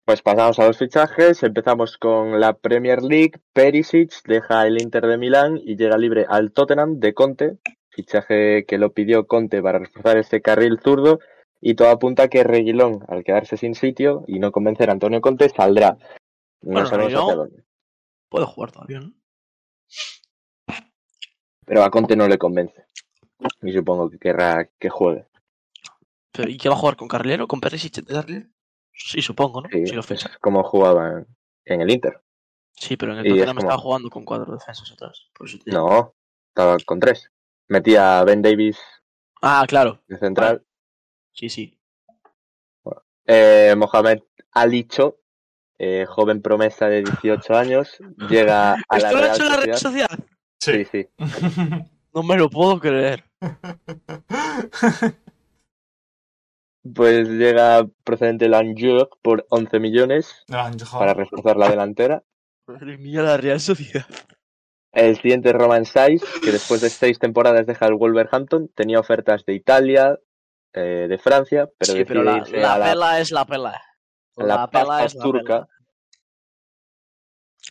Pues pasamos a los fichajes, empezamos con la Premier League, Perisic deja el Inter de Milán y llega libre al Tottenham de Conte, fichaje que lo pidió Conte para reforzar este carril zurdo y todo apunta a que Reguilón, al quedarse sin sitio y no convencer a Antonio Conte, saldrá. No Bueno, sabemos Reguilón. hacia dónde, Puedo jugar todavía, ¿no? pero a Conte no le convence y supongo que querrá que juegue. Pero, ¿Y qué va a jugar con Carrilero? ¿Con Perisic de Carrilero? Sí, supongo, ¿no? Sí. Sin ofensa. como jugaban en el Inter. Sí, pero en el Y es Tottenham como- estaba jugando con cuatro defensas atrás. Por eso te digo. No, estaba con tres. Metía a Ben Davis Ah, claro. de central, Sí, sí. Eh, Mohamed Alicho, eh, joven promesa de 18 años, llega a la ¿Esto lo ha Real hecho en la red Sociedad. social? Sí. Sí, sí. No me lo puedo creer. Pues llega procedente del Angers por 11 millones No, yo- Ah. para reforzar la delantera. Madre mía, la Real Sociedad. El siguiente es Roman Saiz, que después de seis temporadas deja el Wolverhampton. Tenía ofertas de Italia, eh, de Francia, pero sí, decide pero la, irse la a la pela es la pela. a la pasta turca. pela.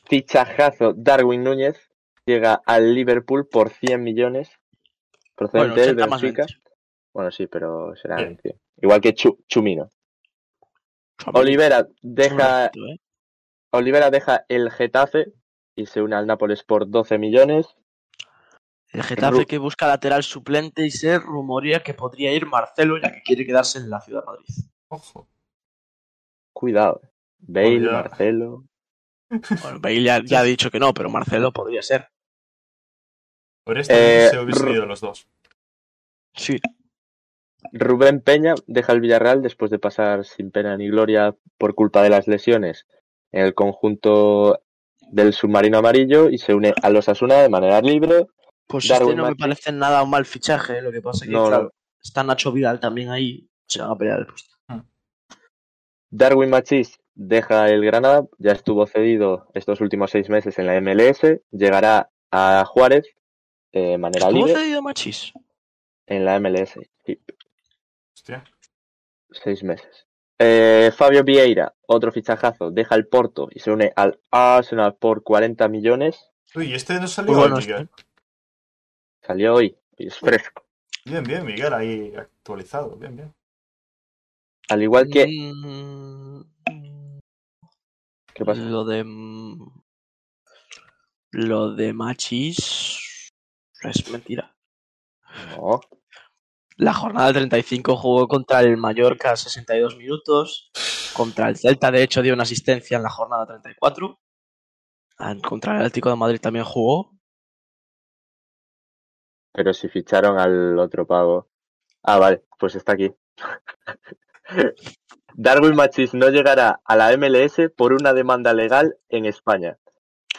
Fichajazo Darwin Núñez llega al Liverpool por 100 millones. Bueno, Procedente del 80 más Benfica. 20. Bueno, sí, pero será Bien. tío. Igual que Chu- Chumino. Olivera deja, ¿eh? Olivera deja el Getafe y se une al Nápoles por 12 millones. El Ru- Getafe que busca lateral suplente y se rumorea que podría ir Marcelo ya que quiere quedarse en la ciudad de Madrid. Ojo. Cuidado. Bale, Cuidado. Marcelo. Bueno, Bale ya, ya ha dicho que no, pero Marcelo podría ser. Oresta Eh, este se hubiesen rrr. ido los dos. Sí. Rubén Peña deja el Villarreal después de pasar sin pena ni gloria por culpa de las lesiones en el conjunto del submarino amarillo y se une a los Asuna de manera libre. Pues Darwin este no me Machis. parece nada un mal fichaje, ¿eh? lo que pasa es que No, claro, no. está Nacho Vidal también ahí, se van a pelear el puesto. Darwin Machis deja el Granada, ya estuvo cedido estos últimos seis meses en la MLS, llegará a Juárez eh, de manera ¿Estuvo libre cedido Machis? en la MLS, sí, Hostia. seis meses. Eh, Fabio Vieira, otro fichajazo, deja el Porto y se une al Arsenal por 40 millones. Uy, este no salió Muy hoy, Pues bueno, Miguel. Salió hoy, y es fresco. Bien, bien, Miguel, ahí actualizado. Bien, bien. Al igual que... Mm, ¿Qué pasa? Lo de... mm, Lo de Machis... Es mentira. No. La jornada 35 jugó contra el Mallorca 62 minutos. Contra el Celta, de hecho, dio una asistencia en la jornada 34. Ah, Contra el Atlético de Madrid también jugó. Pero si ficharon al otro pago. Ah, vale, pues está aquí. Darwin Machis no llegará a la MLS por una demanda legal en España.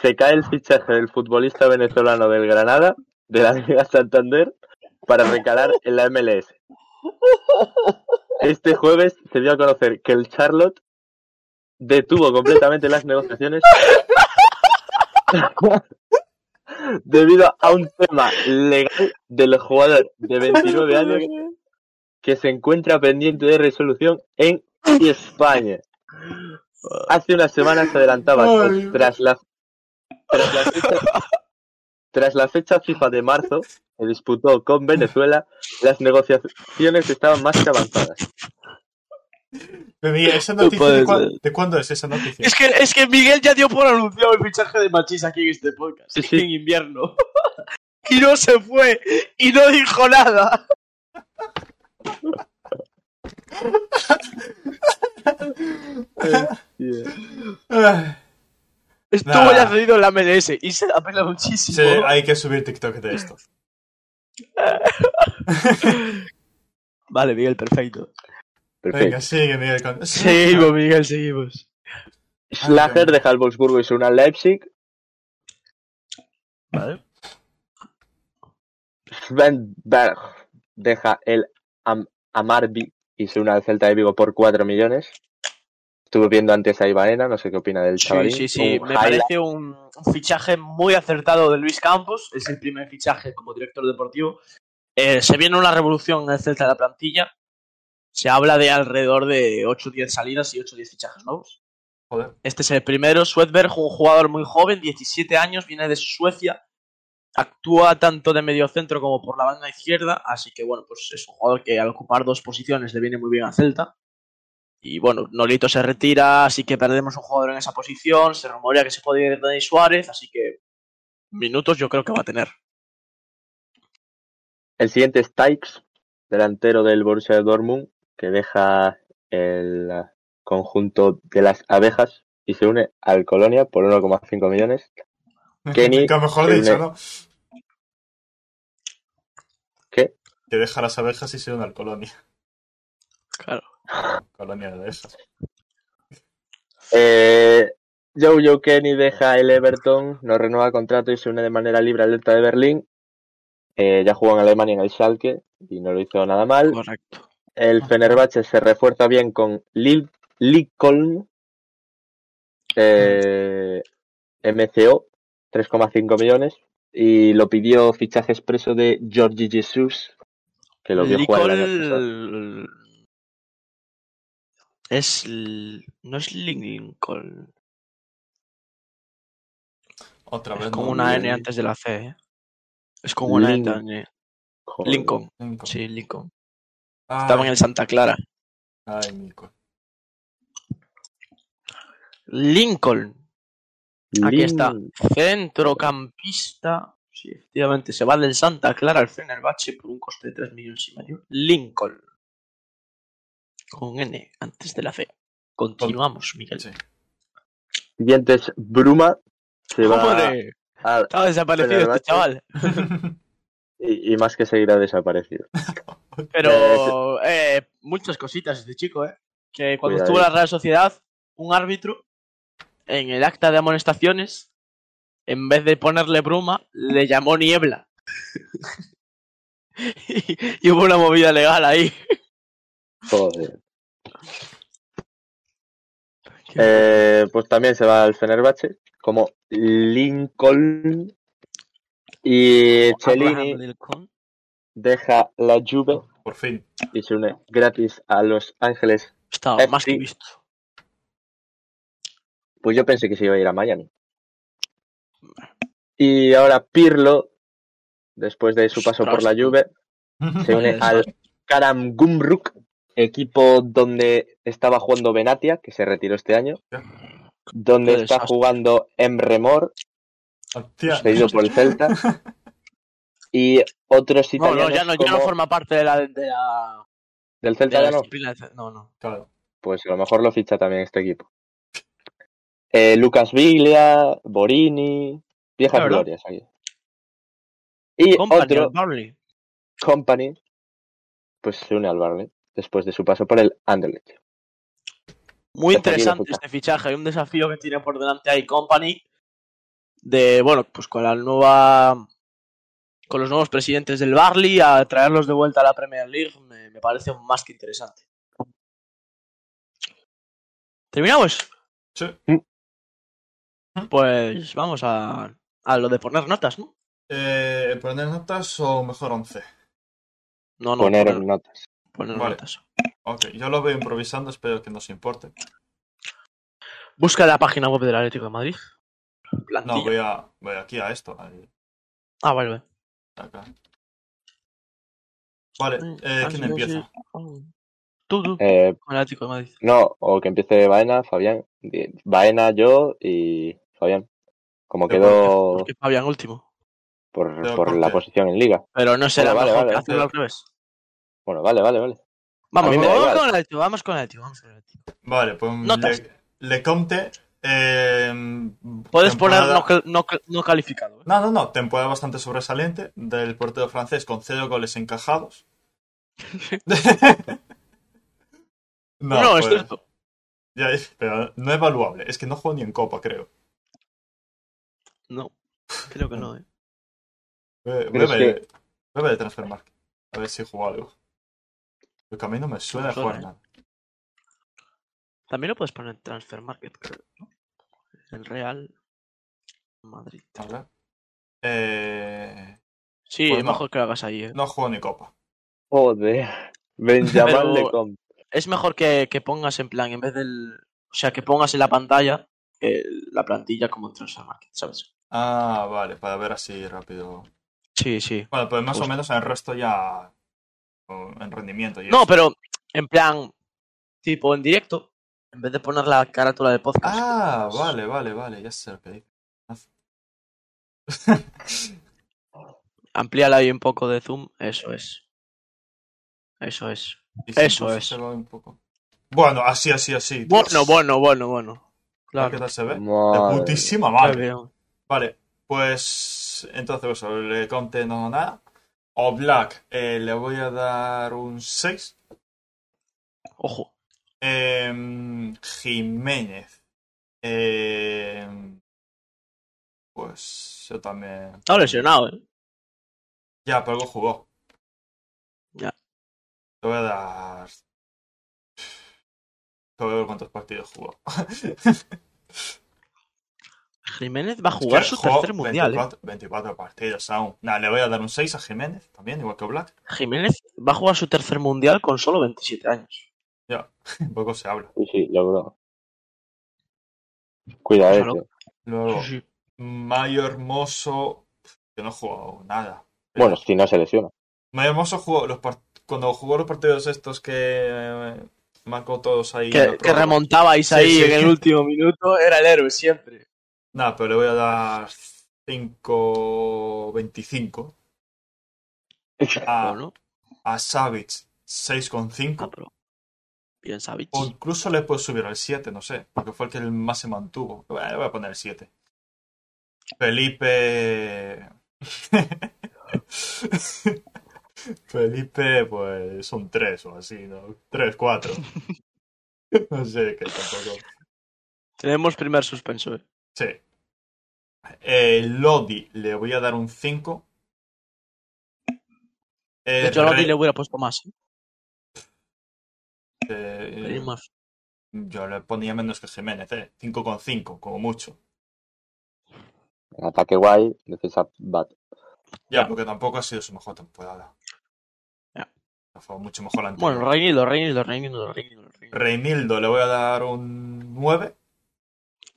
Se cae el fichaje del futbolista venezolano del Granada, de la Liga Santander, para recalar en la MLS. Este jueves se dio a conocer que el Charlotte detuvo completamente las negociaciones debido a un tema legal del jugador de 29 años que se encuentra pendiente de resolución en España. Hace unas semanas se adelantaba que tras la, tras la fecha tras la fecha FIFA de marzo que disputó con Venezuela, las negociaciones estaban más que avanzadas. Pero, Miguel, ¿esa No noticia Pues puede de, cua- ser. de cuándo es esa noticia? Es que, es que Miguel ya dio por anunciado el fichaje de Machis aquí en este podcast, Sí, sí. en invierno. y no se fue, y no dijo nada. Eh, Ah, Estuvo Nah. ya cedido en la MLS y se apela muchísimo. sí, hay que subir TikTok de esto. Vale, Miguel, perfecto. Perfecto. Venga, sigue, Miguel. con- Seguimos, Miguel, seguimos. Schlager deja el Wolfsburgo y se une al Leipzig. Vale. Sven Berg deja el Am Amarby y se une al Celta de Vigo por 4 millones. Estuve viendo antes a Ibaena, no sé qué opina del Sí, chavalín. sí, sí. Un highlight. Me parece un, un fichaje muy acertado de Luis Campos. Es el primer fichaje como director deportivo. Eh, se viene una revolución en el Celta de la plantilla. Se habla de alrededor de 8 o 10 salidas y 8 o 10 fichajes nuevos. Joder. Este es el primero. Swedberg, un jugador muy joven, 17 años, viene de Suecia. Actúa tanto de mediocentro como por la banda izquierda. Así que, bueno, pues es un jugador que al ocupar dos posiciones le viene muy bien a Celta. Y bueno, Nolito se retira, así que perdemos un jugador en esa posición. Se rumorea que se puede ir Denis Suárez, así que minutos yo creo que va a tener. El siguiente es Tykes, delantero del Borussia Dortmund, que deja el conjunto de las abejas y se une al Colonia por 1,5 millones. Kenny. Nunca mejor se dicho, une- ¿no? ¿Qué? Que deja las abejas y se une al colonia. Claro. Colonia de abejas. Eh, Jojo Kenny deja el Everton, no renueva contrato y se une de manera libre al Delta de Berlín. Eh, ya jugó en Alemania en el Schalke y no lo hizo nada mal. Correcto. El Fenerbahce se refuerza bien con Lil Likolm. Eh, MCO, 3,5 millones. Y lo pidió fichaje expreso de Georgie Jesus, que lo vio jugar el año pasado. Lincoln. Es. l- No es Lincoln. Otra vez. Es como no una N olvidé. antes de la C, ¿eh? Es como una N Lin- también. Joder. Lincoln. Cinco. Sí, Lincoln. Ay, Estaba en el Santa Clara. ay, Nico. Lincoln. Aquí está. Lin- Centrocampista. Sí, efectivamente. Se va del Santa Clara al Fenerbahce por un coste de 3 millones y medio. Lincoln. Con N antes de la C. Continuamos, Miguel. Sí. Siguiente es Bruma. Se va ¡Joder! al- Estaba desaparecido Fenerbahce. este chaval. y, y más que seguirá desaparecido. Pero eh, muchas cositas este chico, ¿eh? Que cuando Cuidadito. estuvo en la Real Sociedad, un árbitro, en el acta de amonestaciones, en vez de ponerle bruma, le llamó niebla. y, y hubo una movida legal ahí. Joder. Eh, pues también se va al Fenerbahce como Lincoln. Ah, Y Cellini deja la Juve Por fin. y se une gratis a Los Ángeles. Está Eh, más que sí. visto. Pues yo pensé que se iba a ir a Miami. Y ahora Pirlo, después de su paso por la Ostras, tú. Juve, se une al Karam Gumruk, equipo donde estaba jugando Benatia, que se retiró este año, donde Qué está desastre. jugando Emre Mor, Hostia. cedido por el Celta, y otros No, italianos no, ya no, ya como- no forma parte de la, de la, del de Celta la ya no, disciplina. de- No, no. Claro. pues a lo mejor lo ficha también este equipo. Eh, Lucas Viglia, Borini, viejas Claro. glorias aquí. Y Company, otro el Burnley. Company, pues se une al Barley después de su paso por el Anderlecht. Muy Está perdido, interesante puta. este fichaje. Hay un desafío que tiene por delante ahí Company. De, bueno, pues con la nueva. Con los nuevos presidentes del Barley a traerlos de vuelta a la Premier League me, me parece más que interesante. ¿Terminamos? Sí. Mm. Pues vamos a, a lo de poner notas, ¿no? Eh, ¿Poner notas o mejor 11? No, no, poner poner, en notas. poner Vale. notas. Ok, yo lo veo improvisando, espero que no se importe. Busca la página web del Atlético de Madrid. No, Plantilla. voy, a, voy aquí a esto. al- Ah, vale, vale. acá. Vale, Mm, eh, ah, ¿quién sí, no, sí. empieza? Tú, tú, con Eh, el Atlético de Madrid. no, o que empiece Baena, Fabián. Di- Baena, yo y Fabián. Como Pero ¿por quedó Porque Fabián último. por, pero por ¿por la qué? posición en liga. Pero no será Vale, vale, mejor vale, hacerlo sí. al revés. Bueno, vale, vale, vale. A Vamos, mí me da vamos igual. con el Atlético, vamos con el Atlético, vamos con el Atlético. Vale, pues Notas. Le, Le Comte. eh, Puedes poner temporada- no, cal- no, cal- no calificado. ¿eh? No, no, no, temporada bastante sobresaliente del portero francés con cero goles encajados. No, pues, es cierto. ya, pero no evaluable, es que no juego ni en Copa, creo. No, creo que no. ¿eh? Voy voy Pero a es ver voy a ver el Transfermarkt, a ver si juego algo. Porque a mí no me suena No me jugar suena, ¿eh? nada. También lo puedes poner en Transfer Market, creo. ¿no? El Real Madrid. A ver. Eh, Sí, Pues es no. mejor que lo hagas ahí. ¿eh? no juego ni Copa. Joder. Benjamin Pero- Lecomte. Es mejor que, que pongas en plan, en vez del. O sea, que pongas en la pantalla eh, la plantilla como en Transfer Market, ¿sabes? Ah, vale, para ver así rápido. Sí, sí. Bueno, pues más o Justo. menos en el resto ya o en rendimiento. y No, eso. pero en plan, tipo en directo, en vez de poner la carátula del podcast. Ah, pues, vale, vale, vale, ya sé lo que dice. Amplíala ahí un poco de zoom, eso es. Eso es. Y si Eso entonces es. se va un poco. Bueno, así, así, así. tío. Bueno, bueno, bueno, bueno. ¿Qué Claro. tal se ve? De Madre. putísima Muy madre. bien. Vale, pues entonces pues, sobre Conte no nada. O Black eh, le voy a dar un 6. Ojo. Em, Jiménez. Em, pues yo también. Está lesionado, ¿eh? Ya, pero algo jugó. Ya. Te voy a dar. Te voy a ver cuántos partidos jugó. Jiménez va a jugar Es que su jugó tercer mundial, ¿eh? 24, 24 partidos aún. Nada, le voy a dar un 6 a Jiménez también, igual que Black. ¿eh? Jiménez va a jugar su tercer mundial con solo 27 años. Poco se habla. Sí, sí, logró. Cuidado, eh, Claro. tío. Luego, Sí, sí. Mayo Hermoso, que no ha jugado nada. Bueno, si no se lesiona. Mayo Hermoso jugó los par- cuando jugó los partidos estos que eh, marcó todos ahí. en la Que, que prórroga. remontabais Sí, ahí sí. en el último minuto, era el héroe siempre. Nada, pero le voy a dar 5.25. A, Ah. Bueno, a Savic ah, 6.5. pero. Bien, Savic. O incluso le puedo subir al 7, no sé. Porque fue el que más se mantuvo. Bueno, le voy a poner el 7. Felipe. Felipe, pues son 3 o así, ¿no? 3, 4. No sé, que tampoco. Tenemos primer suspenso, ¿eh? Sí. Eh, Lodi le voy a dar un 5. Eh, Yo a Lodi Re- le hubiera puesto más, ¿eh? eh, Pedir más. Yo le ponía menos que Jiménez, eh. 5,5, como mucho. Ataque guay, defensa bat. Ya, Ya. porque tampoco ha sido su mejor temporada. Ya. Fue mucho mejor la anterior. Bueno, Reinildo, Reinildo, Reinildo, Reinildo. Reinildo. Reinildo le voy a dar un 9.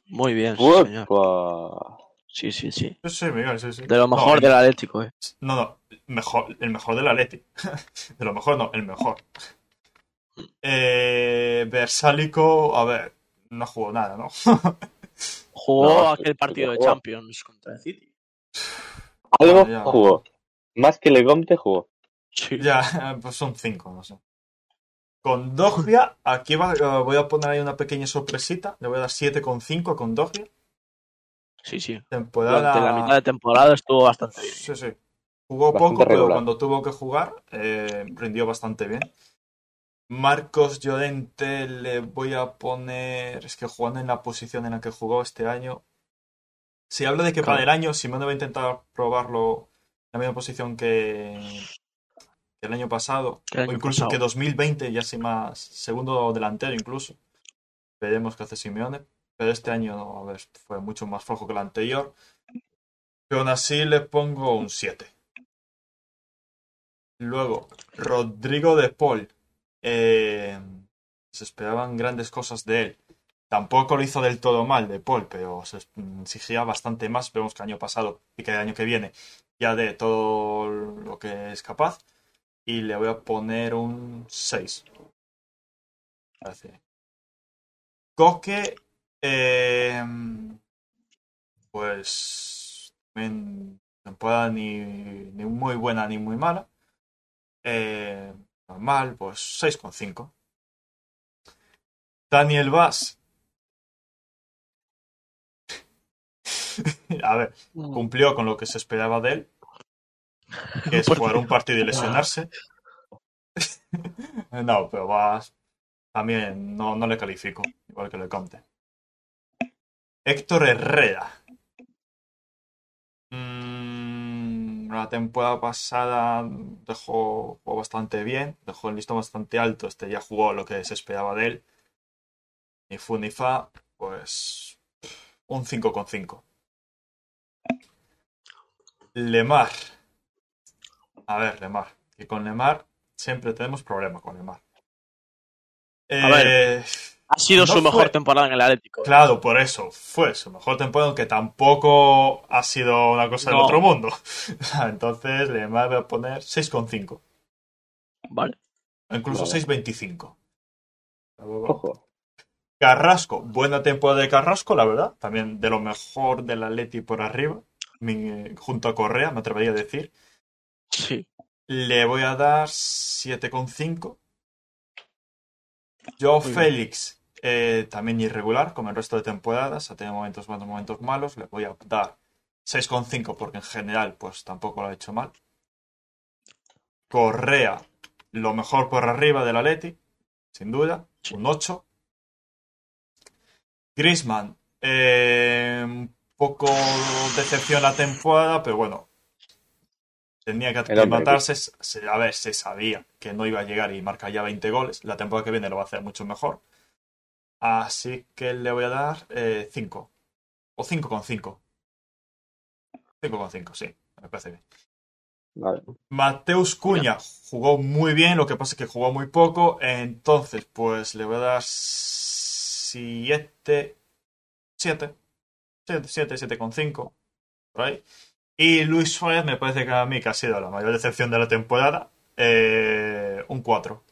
Muy bien, sí, señor. Uepa. Sí, sí, sí. Sí, sí, Miguel, sí, sí. De lo mejor no, del Atlético, ¿eh? No, no, mejor, el mejor del Atleti. De lo mejor no, el mejor. Mm. Eh, Versálico, a ver, no jugó nada, ¿no? Jugó No, sí, aquel partido de jugó. Champions contra el City. Algo Bueno, ya. jugó. Más que Legomte jugó. Sí. Ya, pues son cinco, no sé. Con Dogbia, aquí va- eh, voy a poner ahí una pequeña sorpresita. Le voy a dar 7,5 con Dogbia. Sí, sí. Temporada. Durante la mitad de temporada estuvo bastante bien. Sí, sí. Jugó Bastante poco, pero regular. cuando tuvo que jugar, eh, rindió bastante bien. Marcos Llorente le voy a poner. Es que jugando en la posición en la que jugó este año. Si hablo de que para Claro. el año, Simone va a intentar probarlo en la misma posición que que el año pasado. Que el Este año o incluso pasado. que 2020 ya sea más segundo delantero incluso. Veremos qué hace Simeone. Pero este año, a ver, fue mucho más flojo que el anterior. Pero aún así le pongo un 7. Luego, Rodrigo de Paul. Eh, se esperaban grandes cosas de él. Tampoco lo hizo del todo mal de Paul, pero se exigía bastante más. Vemos que el año pasado y que el año que viene ya de todo lo que es capaz. Y le voy a poner un 6. Así. Coque. eh, pues. en temporada ni, ni muy buena ni muy mala. Eh, normal, pues 6,5. Daniel Vaz. a ver, cumplió con lo que se esperaba de él, que es jugar un partido y lesionarse. no, pero vas. También no, no le califico, igual que le Comte. Héctor Herrera. Mm, la temporada pasada dejó, jugó bastante bien, dejó el listón bastante alto. Este ya jugó lo que se esperaba de él. Ni fu ni fa, pues. Un 5,5. Lemar. A ver, Lemar. Que con Lemar siempre tenemos problemas con Lemar. A ver. Eh, Ha sido No su mejor fue- temporada en el Atlético. ¿eh? claro, por eso fue su mejor temporada, aunque tampoco ha sido una cosa del No. otro mundo. Entonces, Lemar voy a poner 6,5. Vale. Pues Incluso Vale. 6,25. Ojo. Carrasco, buena temporada de Carrasco, la verdad. También de lo mejor del Atleti por arriba. Mi- eh, junto a Correa, me atrevería a decir. Sí. Le voy a dar 7,5. Joe Félix, eh, también irregular, como el resto de temporadas, ha tenido momentos buenos, momentos malos. Le voy a dar 6,5 porque en general, pues tampoco lo ha hecho mal. Correa, lo mejor por arriba del Atleti, sin duda, un 8. Grisman, Eh, un poco decepción la temporada, pero bueno, tenía que El hombre, aclimatarse. Se- A ver, se sabía que no iba a llegar y marca ya 20 goles. La temporada que viene lo va a hacer mucho mejor. Así que le voy a dar 5. O 5,5. 5,5, sí, me parece bien. Vale. Mateus Cuña jugó muy bien, lo que pasa es que jugó muy poco. Entonces, pues le voy a dar 7. 7. 7, 7,5. Por ahí. Y Luis Suárez me parece que a mí que ha sido la mayor decepción de la temporada. eh, un 4.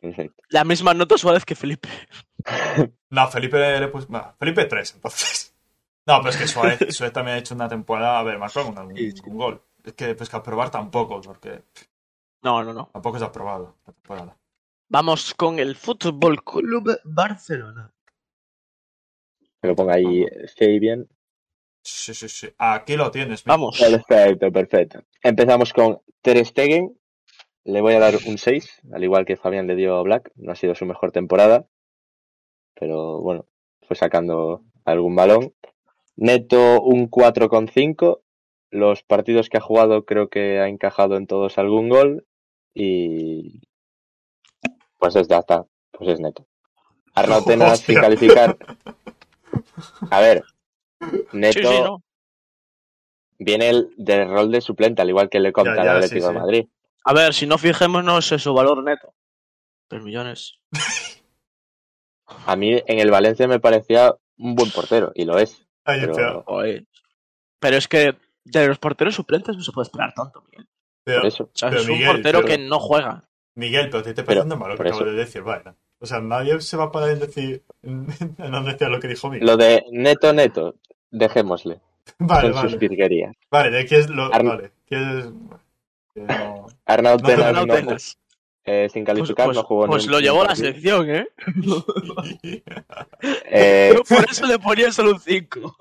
Perfecto. La misma nota Suárez que Felipe. No, Felipe le pus- no, Felipe 3, entonces. No, pero es que Suárez, Suárez también ha hecho una temporada. A ver, marcó un, Sí, sí. un gol. Es que, pues que aprobar tampoco, porque No, no, no. tampoco se ha aprobado la temporada. Vamos con el Fútbol Club Barcelona. Que lo ponga ahí sí, bien. Sí, sí, sí. Aquí lo tienes. mira. Vamos. Perfecto, perfecto. Empezamos con Ter Stegen. Le voy a dar un 6, al igual que Fabián le dio a Black. No ha sido su mejor temporada, pero bueno, fue sacando algún balón. Neto un 4,5. Los partidos que ha jugado creo que ha encajado en todos algún gol y pues es ya está, pues es Neto. Arnau Tena sin Hostia. calificar. A ver, Neto Sí, sí, no. viene el del rol de suplente, al igual que le conta Ya, al ya, Atlético sí, de sí. Madrid. A ver, si no fijémonos en su valor neto. 3 millones. A mí en el Valencia me parecía un buen portero, y lo es. Ahí, Pero espera, Joder. Pero es que de los porteros suplentes no se puede esperar tanto, Miguel. espera. por eso, O sea, Pero es Miguel, un portero pero- que no juega. Miguel, pero te estoy Pero, pensando mal lo que por acabo eso. de decir, vaya. O sea, nadie se va a parar en decir, en anunciar lo que dijo Miguel. lo de neto, neto, dejémosle Vale, con sus vale. virguerías. Vale, de aquí es lo. Arn- Vale, que es. que no- Arnau No, Tena Arnau no- Tenas. eh, sin Pues, calificar pues- no jugó ni pues un- lo ni un llevó la partido. selección, ¿eh? Eh, Yo por eso le ponía solo un 5.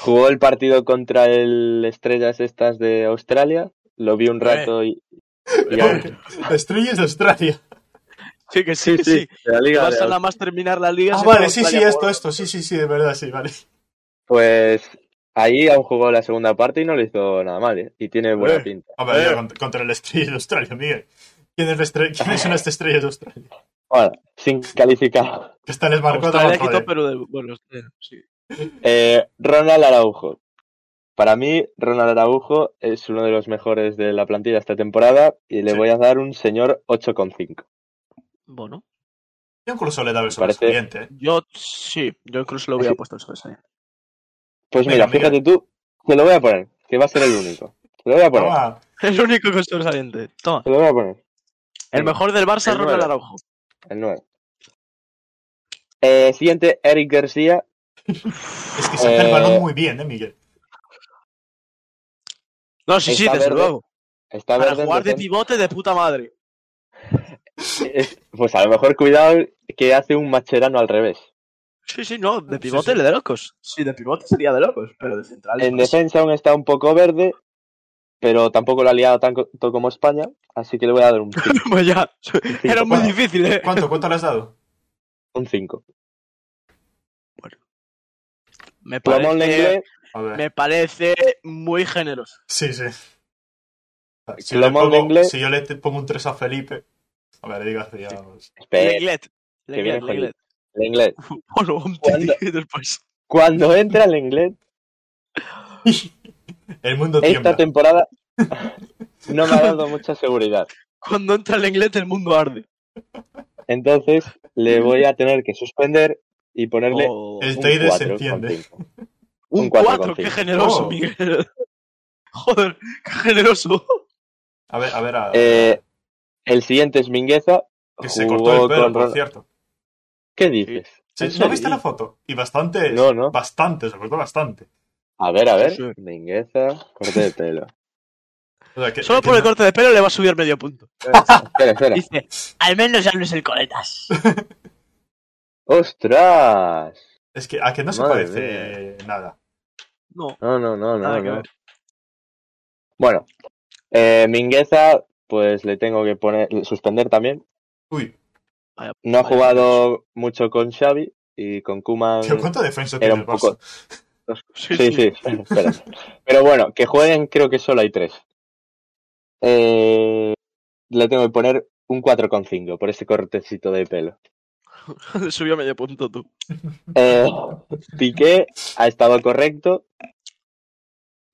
Jugó el partido contra el Estrellas estas de Australia. Lo vi un Eh. rato y... y ahora- Estrellas de Australia. Sí, que sí, sí. de la Liga Vas de a nada más terminar la liga. Ah, se fue a vale, sí, sí, Australia esto, por- esto. Sí, sí, sí, de verdad, sí, vale. Pues ahí aún jugó la segunda parte y no lo hizo nada mal, ¿eh? Y tiene buena Eh. pinta. Ah, vale, Eh. ya, cont- contra el Estrellas de Australia, Miguel. ¿Quién es la estre- ¿Quiénes son las Estrellas de Australia? Ahora, sin calificar. Que están en el marco de Australia abajo, quitó eh. Perú de. Bueno, eh, sí. Eh, Ronald Araujo. Para mí, Ronald Araujo es uno de los mejores de la plantilla esta temporada y le Sí. voy a dar un señor 8,5. Bueno, Yo incluso le daba el Parece- sobresaliente, eh. yo sí, yo incluso lo hubiera puesto en sobresaliente. Pues Venga, mira, Miguel. fíjate tú, te lo voy a poner, que va a ser el único. Te lo voy a poner, Toma, El único con sobresaliente. Toma. te lo voy a poner. El mejor del Barça, El Ronald nueve. Araujo. El 9. Eh, siguiente, Eric García. es que saca el Eh. balón muy bien, eh, Miguel. No, sí, sí, Está desde verde. luego. Está Para verde en jugar de defensa. pivote de puta madre. Es- Pues a lo mejor cuidado que hace un macherano al revés. Sí, sí, no, de Sí, pivote sí. le de locos. Sí, de pivote sería de locos, pero de central. En pues, defensa aún está un poco verde, pero tampoco lo ha liado tanto como España, así que le voy a dar un pues ya. Era muy Bueno. difícil, eh. ¿Cuánto, cuánto le has dado? 5. Me Plamón eh, parece, Lenglet, A ver. me parece muy generoso. Sí, sí. Ah, Si, Lo le mal de pongo- inglés. si yo le te- pongo un 3 a Felipe, a ver, digas, digamos. espera, eh, Lenglet. viene Lenglet, jodido. Lenglet. Lenglet. Bueno, un ¿Cuándo? tío después. Cuando entra Lenglet, El mundo tiembla. esta temporada no me ha dado mucha seguridad. Cuando entra Lenglet, el mundo arde. Entonces le voy a tener que suspender y ponerle Oh, El un Teide se 4,5. enciende. un un 4,5. 4, qué generoso, Oh. Miguel. Joder, qué generoso. A ver, a ver, a- Eh, el siguiente es Mingueza. que se cortó el jugó pelo, con por Ron- cierto. ¿Qué dices? Sí, ¿En ¿No serio? viste la foto? Y bastante, No, no. bastante, se cortó bastante. A ver, a ver. Sí, Mingueza, corte de pelo. O sea, que- Solo que por el no- corte de pelo le va a subir medio punto. Espera, espera. Dice, al menos ya no es el coletas. ¡Ostras! Es que a que no se Madre parece nada. No, No, no, no, nada no. que no. ver. Bueno, eh, Mingueza, pues le tengo que poner suspender también. Uy, No ha Vaya, jugado mucho con Xavi y con Kuman. tío, ¿cuánto defensa Ah, tiene Era un el Barça? poco. Sí, sí, espera. Pero bueno, que jueguen creo que solo hay tres. Eh, le tengo que poner un 4,5 por este cortecito de pelo. Le subió medio punto tú. Eh, Piqué ha estado correcto.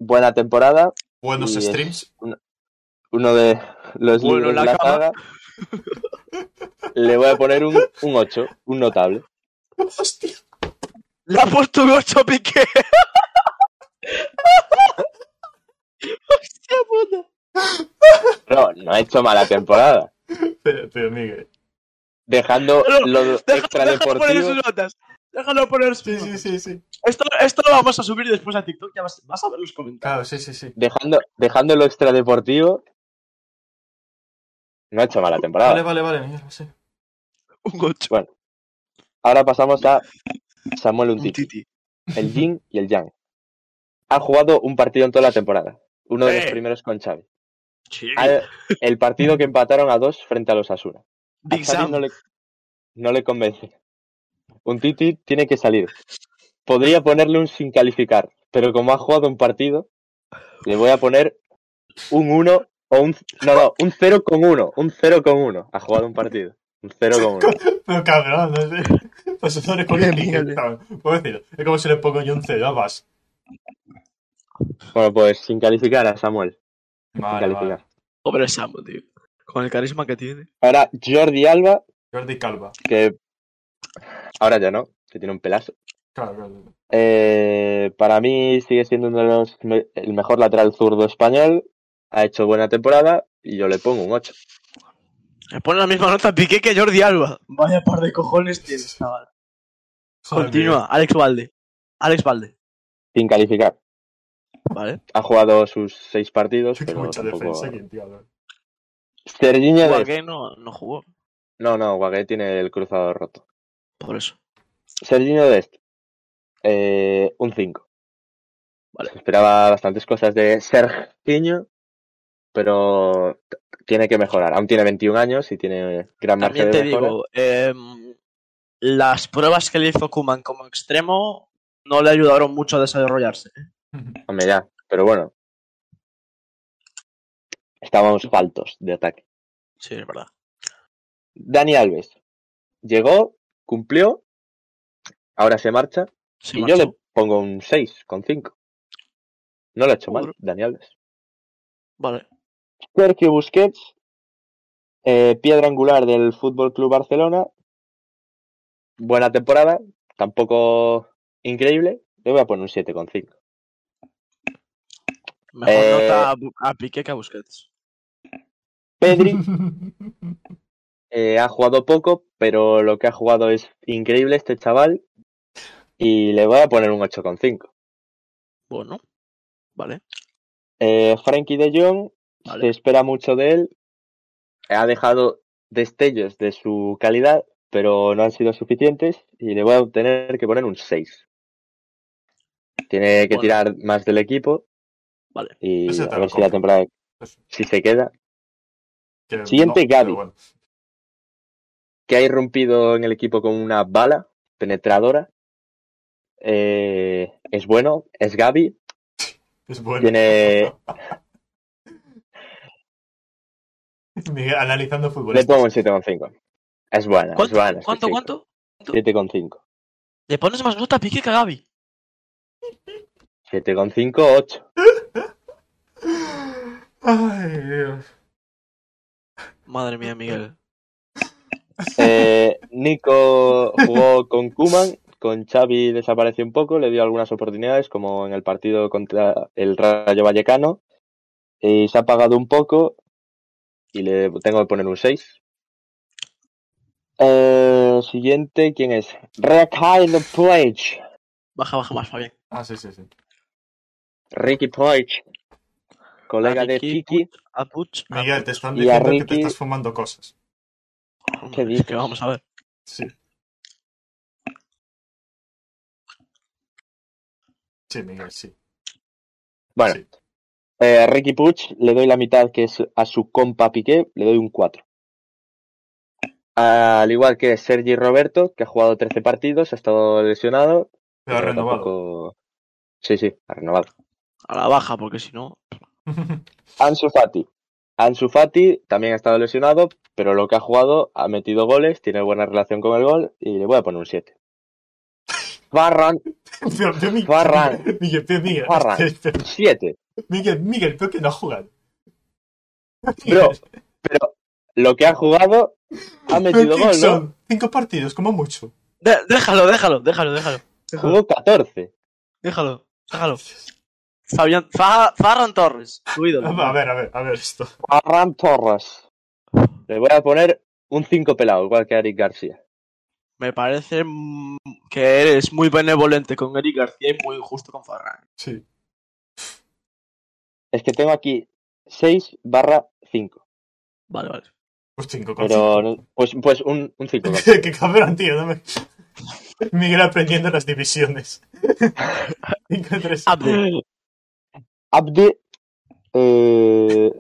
Buena temporada. Buenos Y es- streams. Uno de los Bueno, libros la de la cama. saga. Le voy a poner un, un 8, un notable. Hostia. Le ha puesto un 8 piqué. Hostia puta. No, no ha hecho mala temporada. Pero, pero Miguel. Dejando Pero, lo extra Déjalo, déjalo poner sus deportivo. notas. Déjalo poner sus Sí, notas. sí, sí, sí. Esto, esto lo vamos a subir después a TikTok. Ya vas, vas a ver los comentarios. Claro, Ah, sí, sí, sí. Dejando, dejando lo extra deportivo. No ha hecho mala temporada. Vale, vale, vale, Miguel, sí. Un 8. Ahora pasamos a Samuel Un Untiti, titi. el Yin y el Yang. Ha jugado un partido en toda la temporada, uno de los Eh. primeros con Xavi. Sí. Al- el partido que empataron a dos frente a los Asuna. A Big Xavi Sam. no le, no le convence. Untiti tiene que salir. Podría ponerle un sin calificar, pero como ha jugado un partido, le voy a poner un 1 o un... No, no, un 0 con 1, un 0 con 1. Ha jugado un partido, un 0 con 1. Pero cabrón, no sé. Pues no le pongo Qué ni que mierda. estaban. Puedo decir, es como si le pongo yo un cero a Bas. Bueno, pues sin calificar a Samuel. sin Vale, calificar. vale. Pobre Samo, tío. Con el carisma que tiene. Ahora Jordi Alba, Jordi Calva. que ahora ya no, que tiene un pelazo. Claro, claro. Eh, para mí sigue siendo uno de los me- el mejor lateral zurdo español. Ha hecho buena temporada y yo le pongo un 8. Le pone la misma nota a Piqué que a Jordi Alba. Vaya par de cojones tienes, chaval. Joder, Continúa, Alex Valde. Alex Valde. Sin calificar. Vale. Ha jugado sus seis partidos, Miguel. Qué pero mucha tampoco... defensa aquí, tío. ¿no? Serginho de- Guagué no, no jugó. No, no, Guagué tiene el cruzado roto. Por eso. Serginho Dest. Eh, un 5. Vale. Esperaba bastantes cosas de Serginho, pero t- tiene que mejorar. Aún tiene 21 años y tiene gran margen También de te mejora. digo, em, las pruebas que le hizo Kuman como extremo no le ayudaron mucho a desarrollarse. ¿eh? Hombre, ya, pero bueno. Estábamos faltos de ataque. Sí, es verdad. Dani Alves. Llegó, cumplió, ahora se marcha Se y marchó. yo le pongo un 6 con 5. No lo ha hecho mal, Joder. Dani Alves. Vale. Sergio Busquets, eh, piedra angular del Fútbol Club Barcelona. Buena temporada, tampoco increíble. Le voy a poner un 7,5. Mejor Eh, nota a, Bu- a Piqué que a Busquets. Pedri eh, ha jugado poco, pero lo que ha jugado es increíble este chaval. Y le voy a poner un 8,5. Bueno. Vale. Eh, Frankie de Jong, se Vale. espera mucho de él. Ha dejado destellos de su calidad, pero no han sido suficientes y le voy a tener que poner un 6. Tiene que Bueno. tirar más del equipo Vale. y Ese te a lo ver si compro. la temporada Eso. si se queda, Que Siguiente, pero Gavi. bueno. que ha irrumpido en el equipo con una bala penetradora. Eh, es bueno, es Gaby, Es bueno. tiene Miguel, analizando le futbolistas. pongo un 7,5. Es buena, es ¿Cuánto, buena. este cuánto, chico. cuánto? 7,5. ¿Le pones más nota a Piqué que a Gaby? 7,5, 8. Ay, Dios. Madre mía, Miguel. Eh, Nico jugó con Kuman, con Xavi desapareció un poco, le dio algunas oportunidades, como en el partido contra el Rayo Vallecano, y se ha apagado un poco y le tengo que poner un 6. Eh, siguiente, ¿quién es? Ricky Poich. Baja, baja más, Fabián. Ah, sí, sí, sí. Ricky Poich. colega de Ricky, Kiki, A Puch. a- Miguel, te están Ah, Y a diciendo que te Ricky- estás fumando cosas. ¿qué es dices? que vamos a ver. Sí. Sí, Miguel, sí. Bueno, Sí. eh, Ricky Puch le doy la mitad que es a su compa Piqué, le doy un 4. Al igual que Sergi Roberto, que ha jugado 13 partidos, ha estado lesionado. Pero ha renovado. tampoco- Sí, sí, ha renovado. A la baja, porque si no. Ansu Fati. Ansu Fati también ha estado lesionado, pero lo que ha jugado ha metido goles, tiene buena relación con el gol y le voy a poner un 7. Barran, Pero, pero, Miguel, Farran. Miguel, pero, Miguel, Farran. pero, 7. Miguel, Miguel, pero que no ha jugado. Bro, pero lo que ha jugado ha Pero metido ¿qué gol, ¿no? son? Cinco partidos, como mucho. De- déjalo, déjalo, déjalo, déjalo. Déjalo, Jugó 14. déjalo. déjalo. Fabián. Fa- Farran Torres, tu ídolo. A ver, a ver, a ver esto. Barran Torres. Le voy a poner un 5 pelado, igual que Eric García. Me parece mm, que eres muy benevolente con Eric García y muy injusto con Farran. Sí. Es que tengo aquí 6 barra 5. Vale, vale. Pues cinco con Pero, no- pues, pues un 5. cinco. Qué cabrón, tío. no me- Miguel aprendiendo las divisiones. Cinco, tres. Abde. Abdi eh,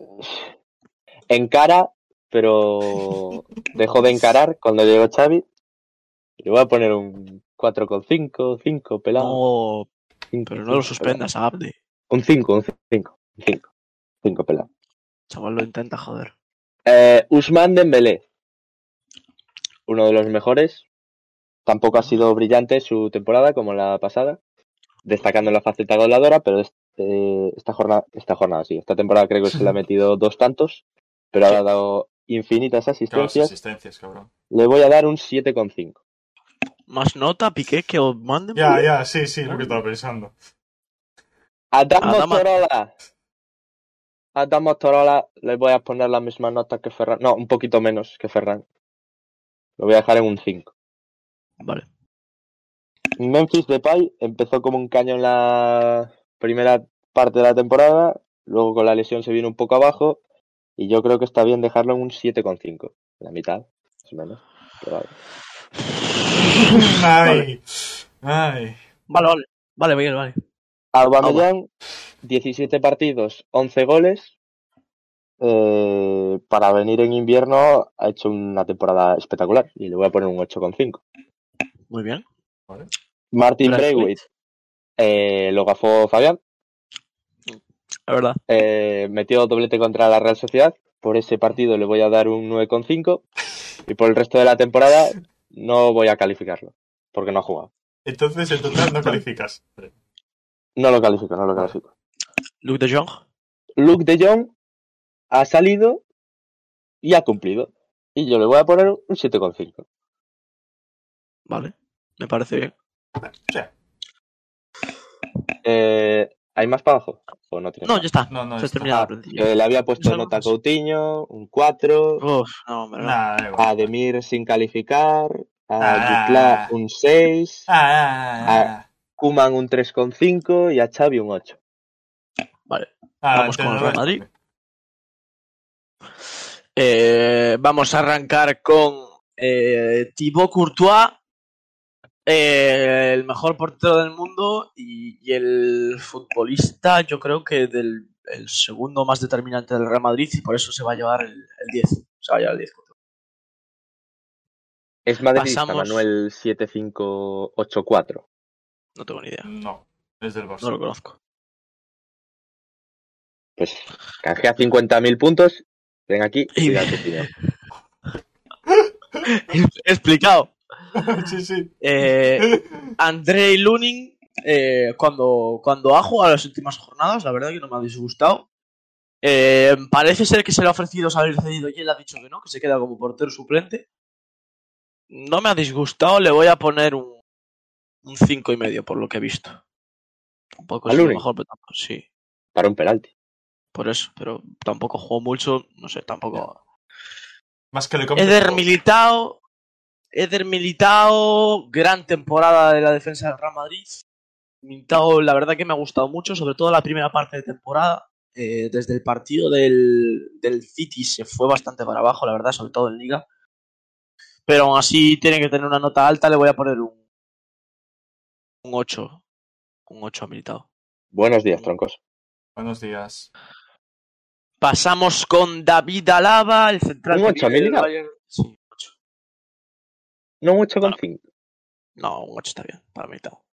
encara, pero dejó de encarar cuando llegó Xavi. Le voy a poner un 4,5, 5 pelado. No, cinco, pero no cinco, lo suspendas a Abde. pelado. Un 5, un 5, un 5. 5 pelado. Chaval, lo intenta, joder. Eh, Usman Dembélé. Uno de los mejores. Tampoco ha sido brillante su temporada como la pasada. Destacando en la faceta goleadora, pero este- esta jornada, esta jornada sí, esta temporada creo que se le ha metido dos tantos, pero ha dado infinitas Claro, las asistencias. asistencias, cabrón. Le voy a dar un 7,5. Más nota, Piqué, que os manden. Ya, ya, sí, sí, lo que estaba pensando. Adam Adama- Motorola. Adam Motorola le voy a poner la misma nota que Ferran. No, un poquito menos que Ferran. Lo voy a dejar en un 5. Vale. Memphis Depay empezó como un caño en la primera parte de la temporada, luego con la lesión se vino un poco abajo y yo creo que está bien dejarlo en un 7,5, la mitad, más o menos. pero Ay. vale. Ay. Vale, vale. Vale, Miguel, vale. Aubameyang, 17 partidos, 11 goles. Eh, para venir en invierno ha hecho una temporada espectacular y le voy a poner un 8,5. Muy bien. Martin Braithwaite. Braithwaite, eh, lo gafó Fabián. La verdad. eh, metió doblete contra la Real Sociedad. Por ese partido le voy a dar un 9,5 y por el resto de la temporada no voy a calificarlo porque no ha jugado. Entonces, en total, no calificas. No lo califico, no lo califico. Luke de Jong. Luke de Jong ha salido y ha cumplido. Y yo le voy a poner un 7,5. Vale. Me parece bien. Eh, ¿Hay más para abajo? ¿O no tiene No, más? ya está. No, no, Se ha esto- terminado la Ah, plantilla. Eh, le había puesto Salvo nota a eso. Coutinho, un 4, Uf, no, hombre. no. Nah, da igual. a Demir sin calificar, a Ah. Jutla un 6, Ah, ah, ah, ah. Kuman un 3,5 y a Xavi un 8. Vale. Ah, Vamos con el entrenador. Real Madrid. Eh, vamos a arrancar con eh, Thibaut Courtois, eh, el mejor portero del mundo y, y el futbolista, yo creo que del el segundo más determinante del Real Madrid y por eso se va a llevar el, el 10. Se va a llevar el 10. Es madridista, Pasamos- Manuel 7584. No tengo ni idea. No, es del No lo Barça. conozco. Pues canjea 50.000 puntos. Ven aquí y Y- da tu opinión. Explicado. sí, sí. Eh, Andrei Lunin, eh, cuando, cuando ha jugado las últimas jornadas, la verdad que no me ha disgustado. Eh, parece ser que se le ha ofrecido salir cedido y él ha dicho que no, que se queda como portero suplente. No me ha disgustado, le voy a poner un, un cinco y medio por lo que he visto. Tampoco ¿A es lo Lunin? mejor, pero tampoco, sí, Para un penalti. por eso, pero tampoco jugó mucho, no sé, tampoco. Más que le comes de Eder todo. Militao. Eder Militao, gran temporada de la defensa del Real Madrid. Militao, la verdad que me ha gustado mucho, sobre todo la primera parte de temporada. eh, desde el partido del, del City se fue bastante para abajo, la verdad, sobre todo en Liga. Pero aún así tiene que tener una nota alta, le voy a poner un, un 8. Un 8 habilitado. Buenos días, troncos. Buenos días. Pasamos con David Alaba, el central. ¿Un ocho que viene del habilitado? Bayern. Sí, un 8. No mucho con cinco. No, un 8 está bien, para militado.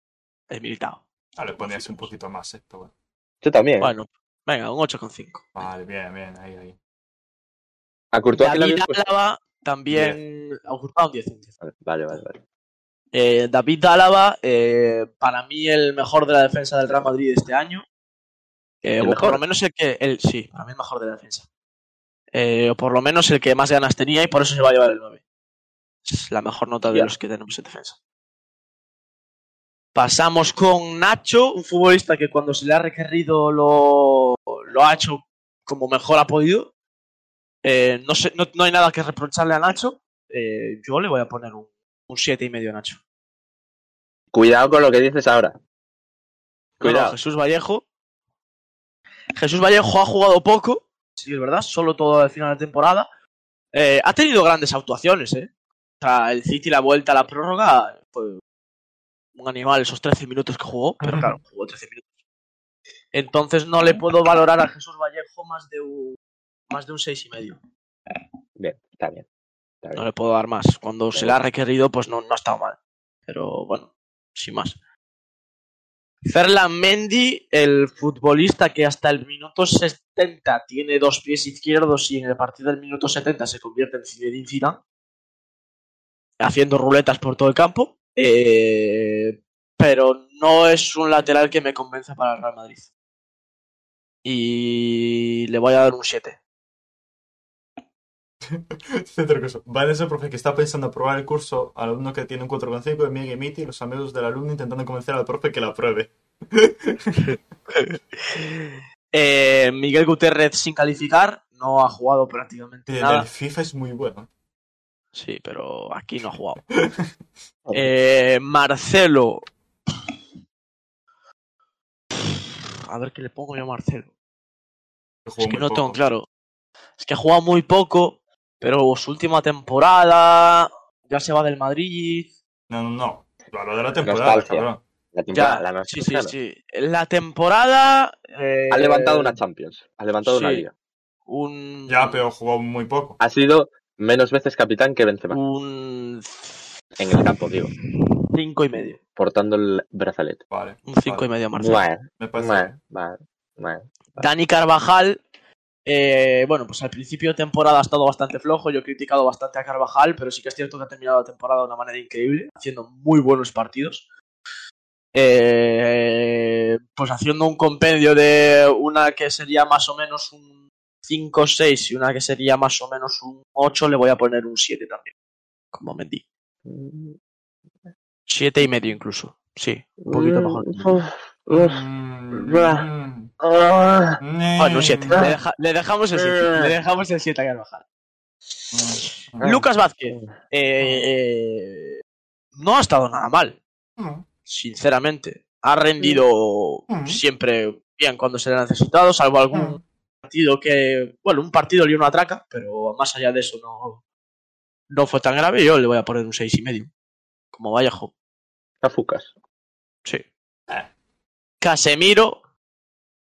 Es militado. Ah, le ponías un poquito más, eh, pero bueno. Yo también. ¿eh? Bueno, venga, un 8,5. Vale, bien, bien, ahí, ahí. A Courtois que le David habías puesto- Álava también. ha gustado un 10, un 10. Vale, vale, vale. Eh, David Álava, eh, para mí el mejor de la defensa del Real Madrid este año. Eh, ¿El o mejor? por lo menos el que. El, sí, para mí el mejor de la defensa. Eh, o por lo menos el que más ganas tenía y por eso se va a llevar el 9. Es la mejor nota de Ya. los que tenemos en defensa. Pasamos con Nacho, un futbolista que cuando se le ha requerido lo, lo ha hecho como mejor ha podido. Eh, no, sé, no, no hay nada que reprocharle a Nacho. Eh, yo le voy a poner un, un 7,5 a Nacho. Cuidado con lo que dices ahora. No, no, Cuidado. Jesús Vallejo. Jesús Vallejo ha jugado poco, sí, es verdad, solo todo al final de temporada. Eh, ha tenido grandes actuaciones, ¿eh? O sea, el City, la vuelta, la prórroga, fue un animal esos 13 minutos que jugó, pero claro, jugó 13 minutos. Entonces no le puedo valorar a Jesús Vallejo más de un, más de un 6,5. Bien, está Eh, bien. Está bien. No le puedo dar más. Cuando se le ha requerido, pues no, no ha estado mal. Pero bueno, sin más. Ferland Mendy, el futbolista que hasta el minuto 70 tiene dos pies izquierdos y en el partido del minuto 70 se convierte en Zinedine Zidane, haciendo ruletas por todo el campo. Eh, pero no es un lateral que me convenza para el Real Madrid. Y le voy a dar un 7. Centro curso. Vale, ese profe que está pensando aprobar el curso al alumno que tiene un 4,5 de Miguel Miti y los amigos del alumno intentando convencer al profe que la apruebe. Eh, Miguel Gutiérrez sin calificar, no ha jugado prácticamente En nada. el FIFA es muy bueno. Sí, pero aquí no ha jugado. Eh, Marcelo. A ver qué le pongo yo a Marcelo. Jugó es que muy no poco. tengo claro. Es que ha jugado muy poco, pero su última temporada ya se va del Madrid. No, no, no. Lo de la temporada, Nostalgia. cabrón. La temporada, Ya, la sí, sí, nostalgia, ¿no? sí. La temporada. eh, Ha levantado una Champions. Ha levantado una sí. liga. un- Ya, pero jugó muy poco. Ha sido menos veces capitán que Benzema. Un En el campo, digo. cinco y medio. Portando el brazalete. Vale. Un cinco vale. y medio, Marcelo. Bueno, Me parece. bueno, bueno, bueno. Dani Carvajal, eh, bueno, pues al principio de temporada ha estado bastante flojo. Yo he criticado bastante a Carvajal, pero sí que es cierto que ha terminado la temporada de una manera increíble, haciendo muy buenos partidos. Eh, pues haciendo un compendio de una que sería más o menos un 5-6 y una que sería más o menos un 8, le voy a poner un 7 también. Como Mendy. 7 y medio incluso. Sí, un Eh, poquito mejor. Mm, Buah. mm, Ah, mm. Bueno, un 7. Le, deja- le dejamos el 7. Le dejamos el 7 a Carvajal. Mm, Lucas Vázquez. eh, no ha estado nada mal, mm. sinceramente. Ha rendido Mm. siempre bien cuando se le ha necesitado, salvo algún partido que. Bueno, un partido le una atraca, pero más allá de eso no, no fue tan grave. Yo le voy a poner un seis y medio. Como Vallejo. a Fucas. Sí. Eh. Ah. Casemiro,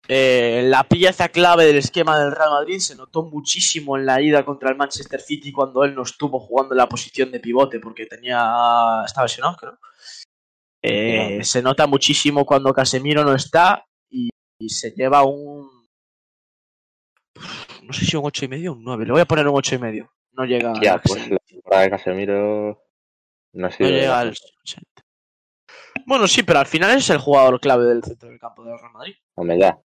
eh, la pieza clave del esquema del Real Madrid, se notó muchísimo en la ida contra el Manchester City cuando él no estuvo jugando en la posición de pivote porque tenía estaba lesionado, creo. Eh, se nota muchísimo cuando Casemiro no está y, y se lleva un. No sé si un 8 y medio o un 9. Le voy a poner un 8 y medio. No llega. a Ya, pues Casemiro. la temporada de Casemiro no ha No sido. llega al 80. Bueno, sí, pero al final es el jugador clave del centro del campo del Real Madrid. Hombre, ya.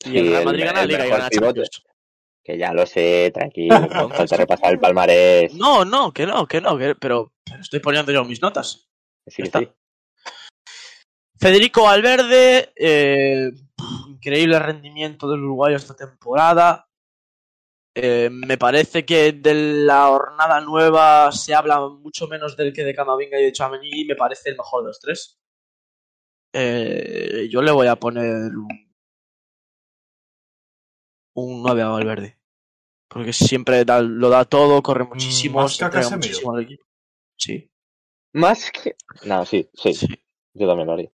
Y el Sí, Real Madrid gana la el Liga y mejor gana la pivote. Champions. Que ya lo sé, tranquilo. que me falta repasar el palmarés. No, no, que no, que no, que- pero, pero estoy poniendo yo mis notas. Sí, que está. sí. Federico Valverde, eh, pf, increíble rendimiento del uruguayo esta temporada. Eh, me parece que de la jornada nueva se habla mucho menos del que de Camavinga y de Chamení y me parece el mejor de los tres. Eh, yo le voy a poner un un 9 a Valverde. Porque siempre da- lo da todo, corre muchísimo, Mm, más se que a entrega Casemiro. muchísimo al equipo. Sí, Más que. No, sí, sí, sí. yo también lo haría.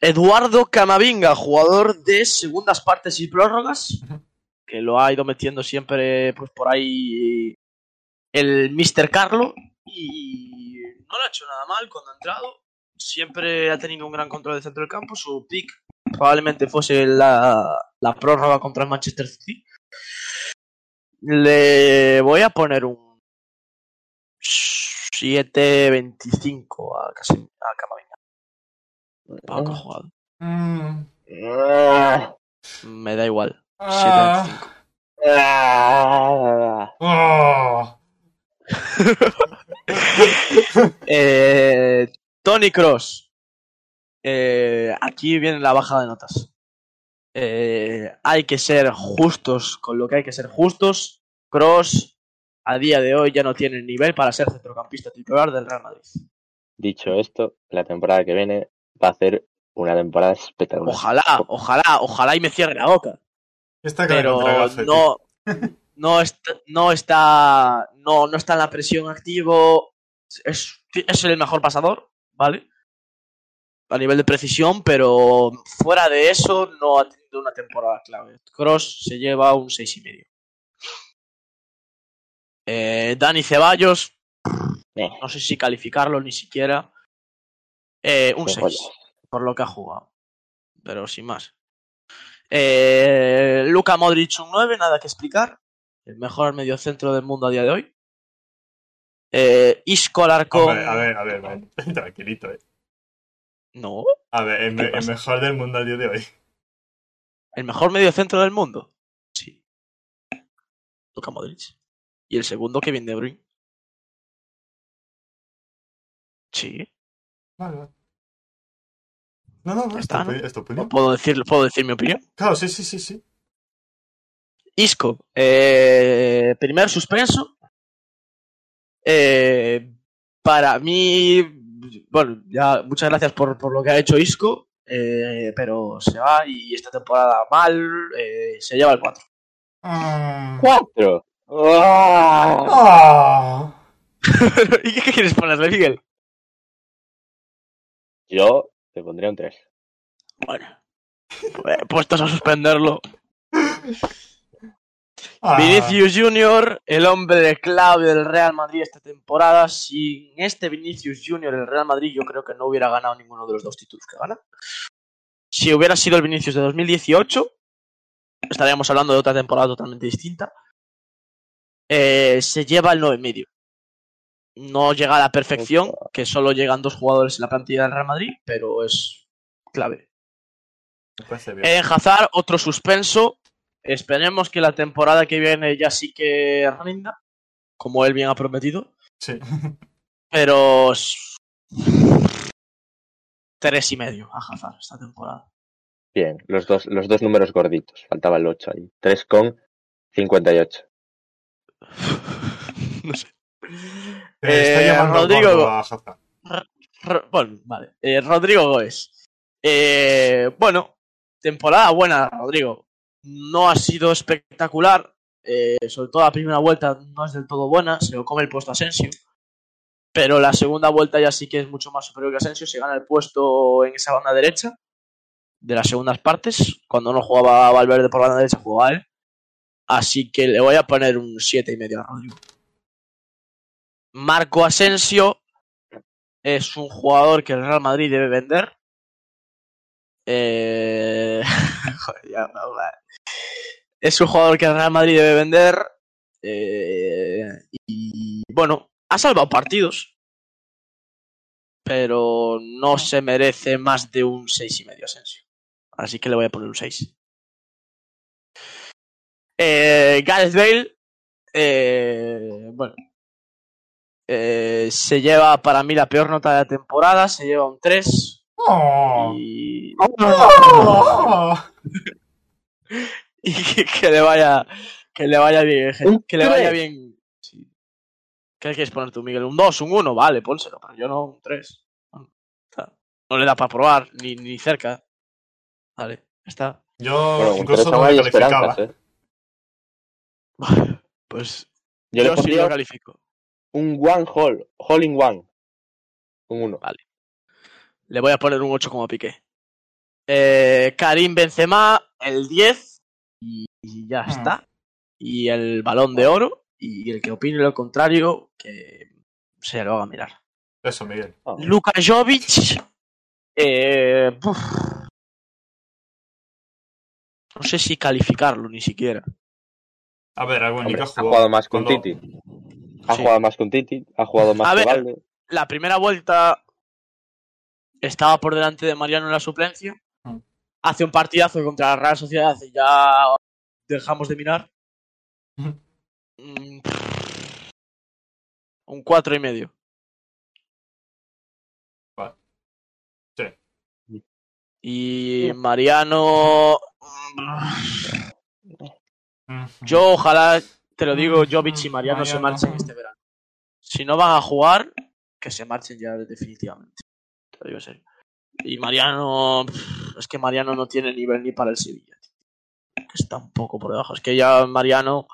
Eduardo Camavinga, jugador de segundas partes y prórrogas, que lo ha ido metiendo siempre pues por ahí el Mr. Carlo y no lo ha hecho nada mal cuando ha entrado. Siempre ha tenido un gran control del centro del campo, su pick probablemente fuese la, la prórroga contra el Manchester City. Le voy a poner un 7.25 a, Casem- a Camavinga. Poco Oh. jugado. Mm. Ah, Me da igual. Ah. 7.25. ah, Ah. Eh, Tony Cross. aquí viene la baja de notas. Eh, hay que ser justos con lo que hay que ser justos. Cross a día de hoy ya no tiene el nivel para ser centrocampista titular del Real Madrid. Dicho esto, la temporada que viene va a ser una temporada espectacular. Ojalá, ojalá, ojalá y me cierre la boca. Esta cara pero contra Gaffer, tío. no, no está, no está, no, no está en la presión activo. Es, es el mejor pasador, ¿vale? A nivel de precisión, pero fuera de eso no ha tenido una temporada clave. Cross se lleva un 6,5. y medio. Eh, Dani Ceballos, Eh, no sé si calificarlo ni siquiera. Eh, un qué 6 joyas. por lo que ha jugado. Pero sin más. Eh, Luka Modric un 9, nada que explicar. El mejor mediocentro del mundo a día de hoy. Eh, Isco Alarcón. Hombre, a ver, a ver, vale. tranquilito, eh. No, A ver, el, ¿Qué me- el pasa? mejor del mundo a día de hoy. el mejor mediocentro del mundo. Sí. Luka Modric. Y el segundo Kevin De Bruyne. Sí, Vale, vale. No, no, no, Ya es está, tu ¿no? opi- es tu opinión. puedo decir, puedo decir mi opinión. Claro, sí, sí, sí, sí. Isco, eh, primer suspenso. Eh, para mí, bueno, ya muchas gracias por, por lo que ha hecho Isco, eh, pero se va y esta temporada mal, eh, se lleva el 4. Ah. ¡Cuatro! Ah. ¡Ah! ¿Y qué, qué quieres ponerle, Miguel? Yo te pondría un tres. Bueno, pues, puestos a suspenderlo. Ah. Vinicius Junior, el hombre clave del Real Madrid esta temporada. Sin este Vinicius Junior, el Real Madrid yo creo que no hubiera ganado ninguno de los dos títulos que gana. Si hubiera sido el Vinicius de 2018, estaríamos hablando de otra temporada totalmente distinta. Eh, se lleva el 9 medio. No llega a la perfección, que solo llegan dos jugadores en la plantilla del Real Madrid, pero es clave. Me parece bien. En Eh, Hazard, otro suspenso. Esperemos que la temporada que viene ya sí que rinda, como él bien ha prometido. Sí. Pero. s- Tres y medio a Hazard esta temporada. Bien, los dos, los dos números gorditos. Faltaba el 8 ahí. 3 con 58. no sé. Te está Eh, llamando Rodrigo- gordo a Ah, Hazard. Ro- bueno, vale. Eh, Rodrigo Goes. Eh, bueno, temporada buena, Rodrigo. No ha sido espectacular. eh, sobre todo la primera vuelta no es del todo buena. Se lo come el puesto Asensio. Pero la segunda vuelta ya sí que es mucho más superior que Asensio. Se gana el puesto en esa banda derecha de las segundas partes. Cuando no jugaba Valverde por banda derecha, jugaba él. Así que le voy a poner un 7,5 a Rodrigo. Marco Asensio es un jugador que el Real Madrid debe vender. Eh, joder, ya, no, vale. Es un jugador que el Real Madrid debe vender. eh, Y bueno, ha salvado partidos. Pero no se merece más de un 6,5 Asensio. Así que le voy a poner un 6. Eh, Gareth Bale. eh, bueno, eh, se lleva para mí la peor nota de la temporada, se lleva un 3. Oh. Y, Ah. y que, que le vaya que le vaya bien. gente, Que le vaya bien. sí. ¿Qué quieres poner tú, Miguel? Un 2, un 1, vale, pónselo, pero yo no, un 3. No le da para probar, ni, ni cerca. Vale, ya está. Yo Bueno, con incluso tres no aún me hay calificaba. esperanzas, ¿eh? Pues Yo Yo, le sí lo pondría califico. un one hole, hole in one. Un Ah, uno. Le voy a poner un 8 como piqué. Eh, Karim Benzema, el 10. Y, y ya Hmm. está. Y el balón de oro. Y el que opine lo contrario, que se lo haga mirar. Eso, Miguel. Ah, Luka Jovic. eh, buf. no sé si calificarlo ni siquiera. A ver, algo en hombre, Liga ha jugado más con cuando- Titi. Ha Sí. jugado más con Titi, ha jugado más A que ver. Valde. La primera vuelta estaba por delante de Mariano en la suplencia. Mm. Hace un partidazo contra la Real Sociedad y ya dejamos de mirar. Mm. Mm, pff. Un cuatro y medio. Sí. Y Mariano. Yo ojalá, te lo digo, Jovic y Mariano se Mariano. marchen este verano. Si no van a jugar, que se marchen ya definitivamente. Te lo digo en serio. Y Mariano, pff, es que Mariano no tiene nivel ni para el Sevilla. tío. Está un poco por debajo. Es que ya Mariano...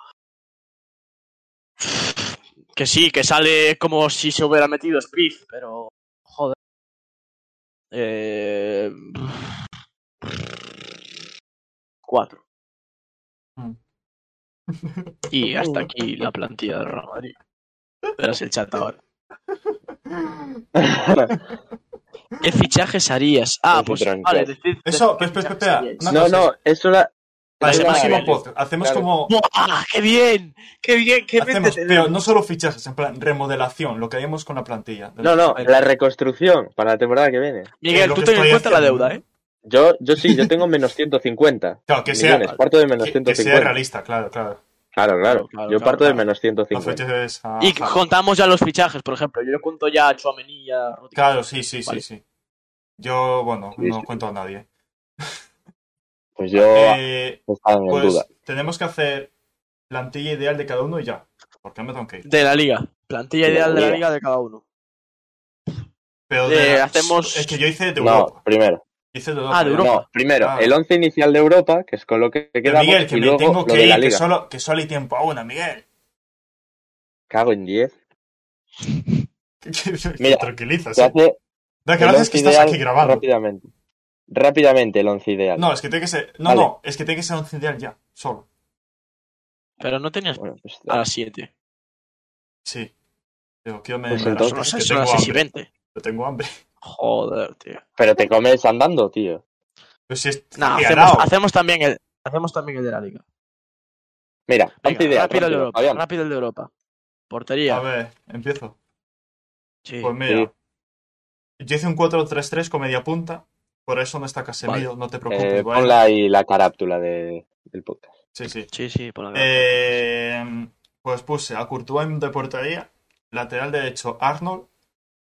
Que sí, que sale como si se hubiera metido Spiff, pero... Joder. Eh... Cuatro. Y hasta aquí la plantilla del Real Madrid. Verás el chat ahora. ¿Qué fichajes harías? Ah, Eso pues tranquilo. vale, decid. Eso, espera, decid espera, qué espera. fichajes haríais. Una no, cosa no, eso era. Para Vale, el vale, próximo vale. podcast hacemos Claro. como. ¡Buah! ¡Qué bien! ¡Qué bien! ¡Qué bien! Hacemos, pero no solo fichajes, en plan remodelación, lo que haremos con la eh, plantilla. No, no, la reconstrucción para la temporada que viene. Eh, Miguel, lo tú que ten en estoy cuenta la haciendo. deuda, ¿eh? Yo, yo sí, yo tengo menos 150. Claro, que sea, millones, parto de menos que, que sea 150. realista, claro, claro. claro, claro, Claro, claro, Yo claro, parto claro. de menos No 150. fichajes a- Y Javi. contamos ya los fichajes, por ejemplo. Yo cuento ya a Chouameni y a Rodri. Claro, sí, sí, Vale. sí, sí. Yo, bueno, Sí, no sí. cuento a nadie. Pues yo Eh, estaba en pues duda. tenemos que hacer plantilla ideal de cada uno y ya. Porque me tengo que ir. De la liga. Plantilla De la ideal de la liga. liga de cada uno. Pero de Eh, la- hacemos- Es que yo hice de Europa. No, primero. Hice de Europa. Ah, de Europa. No, primero, Ah. el 11 inicial de Europa, que es con lo que Pero quedamos. Miguel, que y me luego tengo lo que de la ir, que liga. solo, que solo hay tiempo a una, Miguel. Cago en 10. Tranquiliza, Mira, tranquilizas. Se eh. hace Da que el gracias que 11 estás ideal aquí grabando. rápidamente. Rápidamente el 11 ideal. No, es que tiene que ser. No, Vale. no, es que tiene que ser un ideal ya, solo. Pero no tenías Bueno, pues, a las 7. Sí. Pero quiero me Pues me entonces- relajo, Son que las 6 son tengo las 6 y hambre. 20. Yo tengo hambre. Joder, tío. Pero te comes andando, tío. Pero si es No, he hacemos, ganado. hacemos también el, hacemos también el de la liga. Mira, 11 Venga, ideal. rápido el rápido, de Europa. Fabián. Rápido el de Europa. A Portería. ver, empiezo. Sí. Pues Sí. mira. Yo hice un 4-3-3 con media punta. Por eso no está Casemiro, no te preocupes. Eh, ¿vale? ponla ahí la carátula de, del podcast. Sí, sí. Sí, sí, por la Eh, pues puse a Courtois en de portería, lateral derecho Arnold,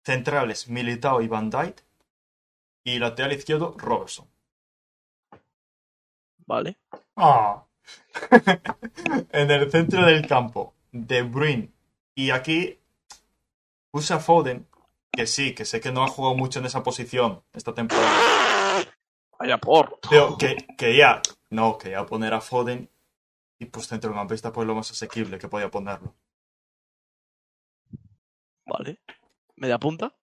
centrales Militao y Van Dijk y lateral izquierdo Robertson. Vale. Ah. en el centro del campo De Bruyne y aquí puse a Foden, que sí, que sé que no ha jugado mucho en esa posición esta temporada, Vaya por. pero que quería, no, quería poner a Foden y pues centrocampista pues lo más asequible que podía ponerlo. Vale. Media punta.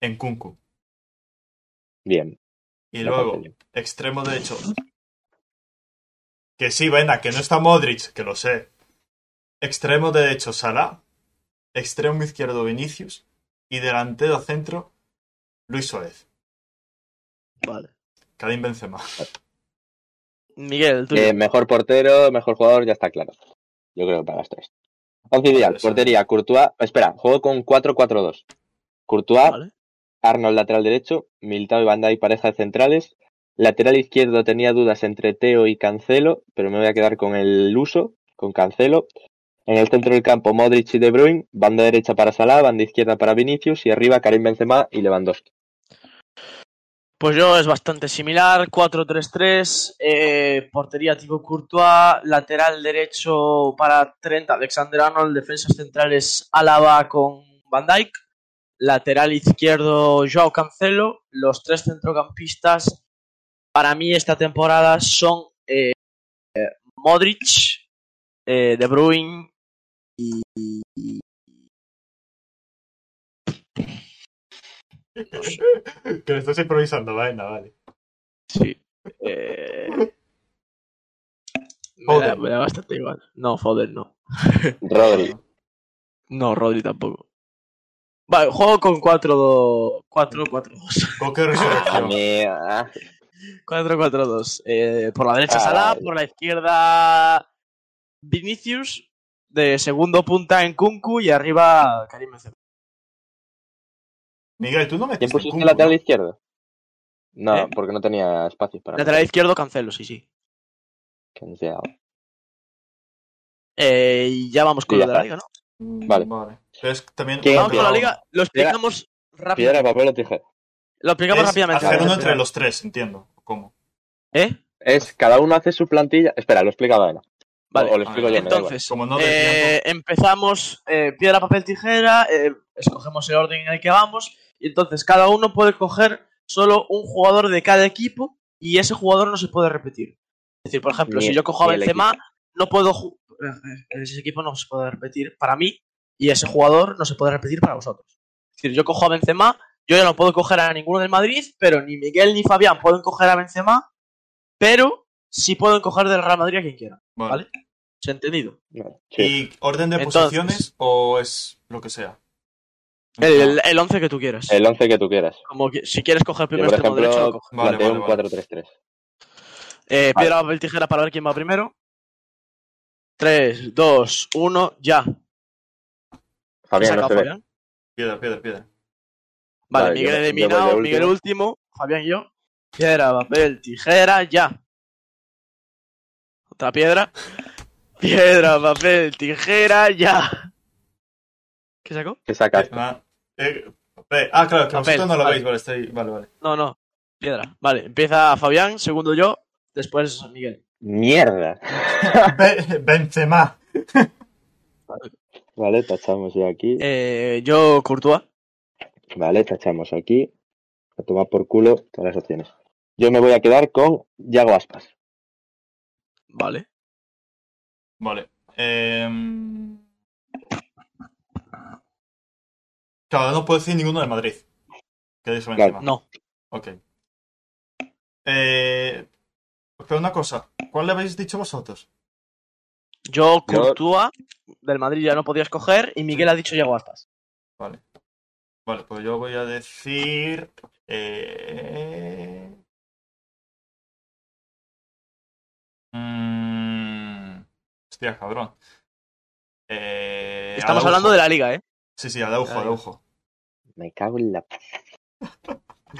En Kunku. Bien. Y la luego, pantalla. extremo derecho. Que sí, venga, que no está Modric, que lo sé. Extremo derecho, Salah. Extremo izquierdo, Vinicius. Y delantero centro, Luis Suárez. Vale. Karim Benzema. Miguel, el tuyo. Eh, mejor portero, mejor jugador, ya está claro. Yo creo que para las tres. 11 ideal. Eso. Portería, Courtois. Espera, juego con 4-4-2. Courtois, Vale. Arnold lateral derecho, Militao y Banda y pareja de centrales. Lateral izquierdo tenía dudas entre Teo y Cancelo, pero me voy a quedar con el uso, con Cancelo. En el centro del campo Modric y De Bruyne, banda derecha para Salah, banda izquierda para Vinicius y arriba Karim Benzema y Lewandowski. Pues yo es bastante similar. 4-3-3. eh, portería tipo Courtois. Lateral derecho para Trent. Alexander Arnold. Defensas centrales Álava con Van Dyke. Lateral izquierdo Joao Cancelo. Los tres centrocampistas para mí esta temporada son eh, eh, Modric, eh, De Bruyne y, y- Que lo estás improvisando, venga, vale. Sí. eh, me, da, Foden. me da bastante igual. No, Foden no. Rodri. No, Rodri tampoco. Vale, juego con 4 4 4 2. Coque resurrección. Mía. 4 4 2. Eh, por la derecha Ah, Salah, vale. por la izquierda Vinicius, de segundo punta en Kunku y arriba Karim Benzema. Miguel, tú no me ¿Quién pusiste lateral izquierdo? No, ¿Eh? porque no tenía espacios para. Lateral izquierdo Cancelo, sí, sí. Cancelo. Eh, y ya vamos con Y ya lo de la está. liga, ¿no? Vale. Mm, Vale. Pero es que también. ¿Quién Vamos con la empieza? liga, lo Piedra- explicamos Piedra, rápidamente. papel o tijera. Lo explicamos es rápidamente. Hacer Vale, uno espera. entre los tres, entiendo. ¿Cómo? ¿Eh? Es cada uno hace su plantilla. Espera, lo explica Baena. Vale. O, o lo explico yo. me da igual. Entonces, Como no eh, de empezamos eh, piedra, papel, tijera, eh, escogemos el orden en el que vamos y entonces cada uno puede coger solo un jugador de cada equipo y ese jugador no se puede repetir. Es decir, por ejemplo, Ni- si yo cojo a ni el Benzema, no puedo... ju- eh, Ese equipo no se puede repetir para mí y ese jugador no se puede repetir para vosotros. Es decir, yo cojo a Benzema, yo ya no puedo coger a ninguno del Madrid, pero ni Miguel ni Fabián pueden coger a Benzema, pero sí pueden coger del Real Madrid a quien quieran. Vale. ¿Se ha entendido? Vale, sí. ¿Y orden de Entonces- posiciones o es lo que sea? El, el, el 11 que tú quieras. El 11 que tú quieras. Como que- si quieres coger Yo, primero este por extremo derecho, lo ejemplo, coges. Vale, vale, planteo un vale. 4-3-3. Eh, Piedra, papel, tijera para ver quién va primero. 3, 2, 1, ya. ¿Has Fabián, no sacado se ve. Fabián? Piedra, piedra, piedra. Vale, Vale, yo Miguel voy- yo voy de eliminado, último. Miguel último, Fabián y yo. Piedra, papel, tijera, ya. Otra piedra. Piedra, papel, tijera, ya. ¿Qué sacó? ¿Qué sacas? Ah, eh, eh, ah, claro, que Papel, vosotros no lo vale. veis, vale, estoy. Vale, vale. No, no. Piedra. Vale, empieza Fabián, segundo yo, después Miguel. ¡Mierda! Be- Benzema. Vale, tachamos ya aquí. Eh, yo, Courtois. Vale, tachamos aquí. A tomar por culo todas las opciones. Yo me voy a quedar con Yago Aspas. Vale. Vale. em, Claro, no puedo decir ninguno de Madrid. Que de eso me Claro. encima. No. Ok. Eh, Pero una cosa, ¿cuál le habéis dicho vosotros? Yo, Yo- Courtois, del Madrid ya no podía escoger, y Miguel ha dicho Yago Aspas. Vale, pues yo voy a decir. eh, mm, Hostia, cabrón. Eh, Estamos Araujo. hablando de la liga, ¿eh? Sí, sí, Araujo, Ahí. Araujo. Me cago en la... p-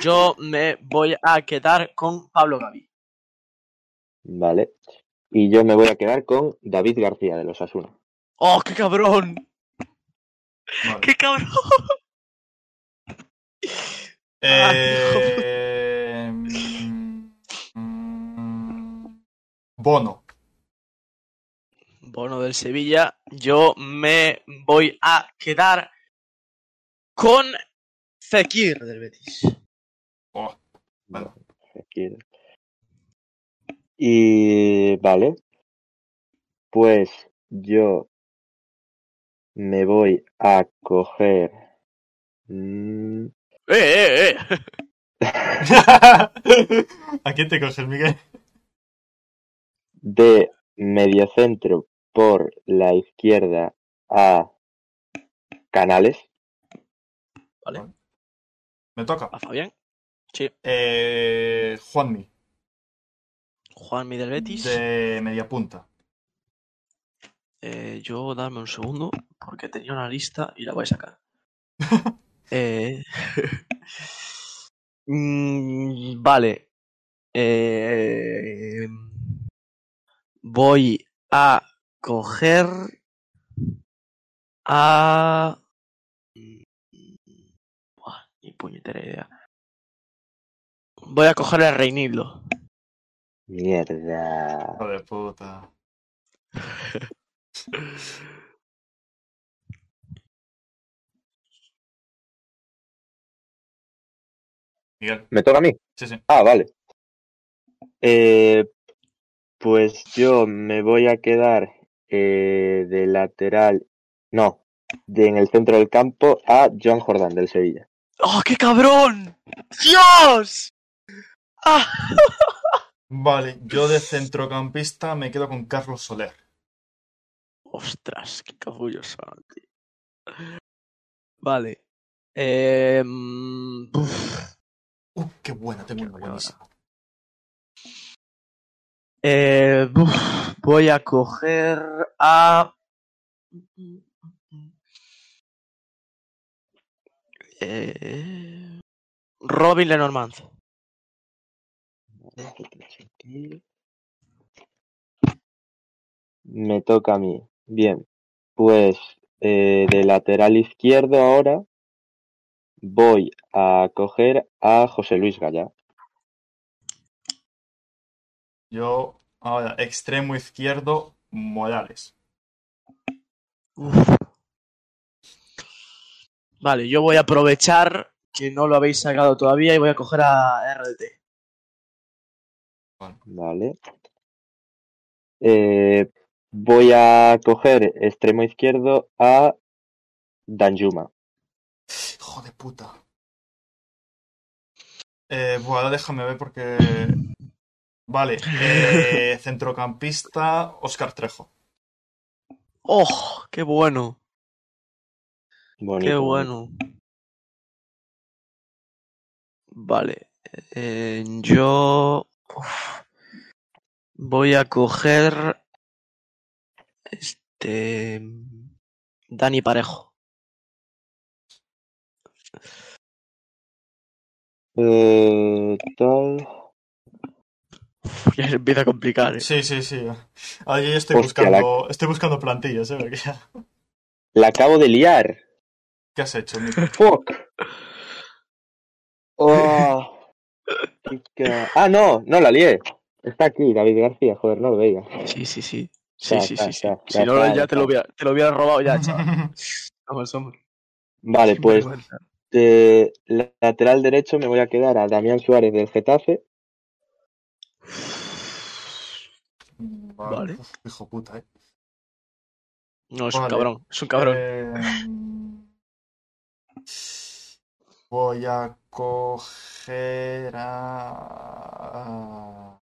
Yo me voy a quedar con Pablo Gavi. Vale. Y yo me voy a quedar con David García de los Asuna. ¡Oh, qué cabrón! Vale. ¡Qué cabrón! Eh, mm, mm, Bono. Bono del Sevilla, yo me voy a quedar con Fekir del Betis. Oh, Vale. Aquí. Y... Vale. Pues yo me voy a coger... Mm, ¡Eh, eh, eh! ¿A quién te coges, Miguel? de mediocentro por la izquierda a Canales. Me toca. ¿A Fabián? Eh, Juanmi, Juanmi del Betis. de media punta. Eh, yo, dame un segundo, porque tenía una lista y la voy a sacar. Eh, mm, vale. Eh, voy a coger a... Buah, ni puñetera idea. Voy a coger a Reinildo. Mierda. Hijo de puta. Miguel, ¿Me toca a mí? sí, sí. Ah, vale. Eh, pues yo me voy a quedar eh, de lateral, no, de en el centro del campo a Joan Jordán del Sevilla. ¡Oh, qué cabrón! ¡Dios! ¡Ah! Vale, yo de centrocampista me quedo con Carlos Soler. Ostras, qué cabullos son, tío. Vale. Eh, mm, uf. ¡Uh, qué buena! Tengo una buenísima. Eh, uf. Voy a coger a. Eh, Robin Lenormand. Me toca a mí. Bien, pues eh, de lateral izquierdo ahora voy a coger a José Luis Gallá. Yo, ahora, extremo izquierdo, Morales. Uf. Vale, yo voy a aprovechar que no lo habéis sacado todavía y voy a coger a RDT. Vale. Eh, voy a coger extremo izquierdo a Danjuma. Hijo de puta. Eh, bueno, ahora déjame ver porque. Vale, eh, centrocampista, Oscar Trejo. ¡Oh, qué bueno! Bonito, ¡Qué ¿no? bueno! Vale, eh, yo uf, voy a coger este Dani Parejo. Eh, tal. Uf, ya se empieza a complicar. eh. Sí, sí, sí. Ahora yo ya estoy Hostia, buscando, estoy buscando plantillas, ¿eh? Porque ya- La acabo de liar. ¿Qué has hecho, Nico? Fuck. Oh. Chica. Ah, no, no la lié. Está aquí, David García, joder, no lo veía. Sí, sí, sí. Sí, Ya sí, está, sí, sí. ya está, Si no, ya ya está. te lo, hubiera, te lo hubiera robado ya, chaval. Vamos, vamos. Vale, pues Bueno. de lateral derecho me voy a quedar a Damián Suárez del Getafe. Vale. Uf, hijo puta, ¿eh? No, es un Vale. cabrón, es un cabrón. Eh, Voy a coger a...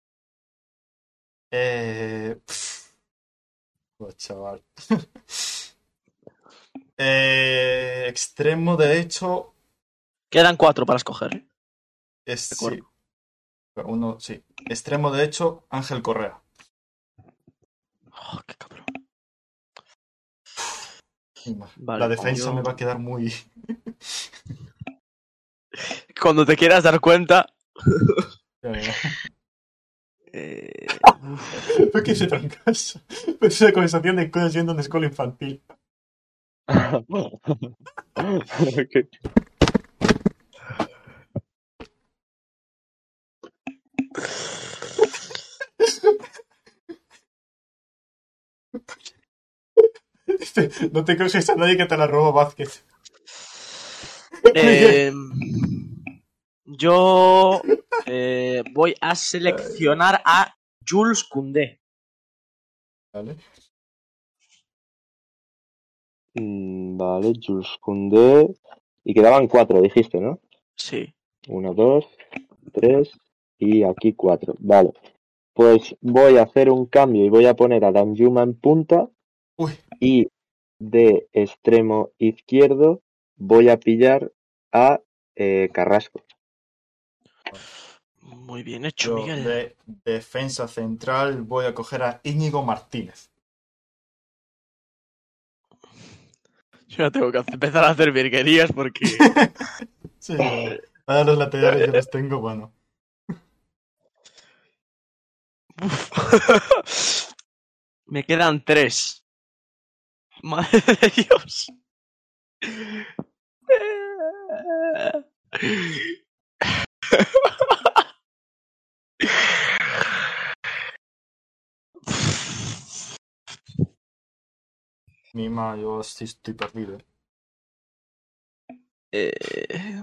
Eh... pf, joder, chaval. Eh, extremo derecho Quedan cuatro para escoger. ¿eh? es De acuerdo. sí. Uno, sí. Extremo derecho, Ángel Correa. Oh, qué cabrón. Vale, La defensa yo- me va a quedar muy... Cuando te quieras dar cuenta. eh, ¿Por qué se trancas? Es una conversación de cosas yendo a una escuela infantil. Ok. Dice, Este, No te coges a nadie que te la robó Vázquez. eh, yo eh, voy a seleccionar a Jules Koundé. Vale. Mm, Vale, Jules Koundé. Y quedaban cuatro, dijiste, ¿no? Sí. Uno, dos, tres y aquí cuatro. Vale. Pues voy a hacer un cambio y voy a poner a Danjuma en punta Uy, y de extremo izquierdo voy a pillar a eh, Carrasco. Muy bien hecho, yo Miguel. de defensa central voy a coger a Íñigo Martínez. Yo ya tengo que hacer- empezar a hacer virguerías porque. Sí, ahora los laterales yo los tengo, bueno. Uf. Me quedan tres. Madre de Dios. Mima, yo sí estoy perdido. ¿eh? Eh,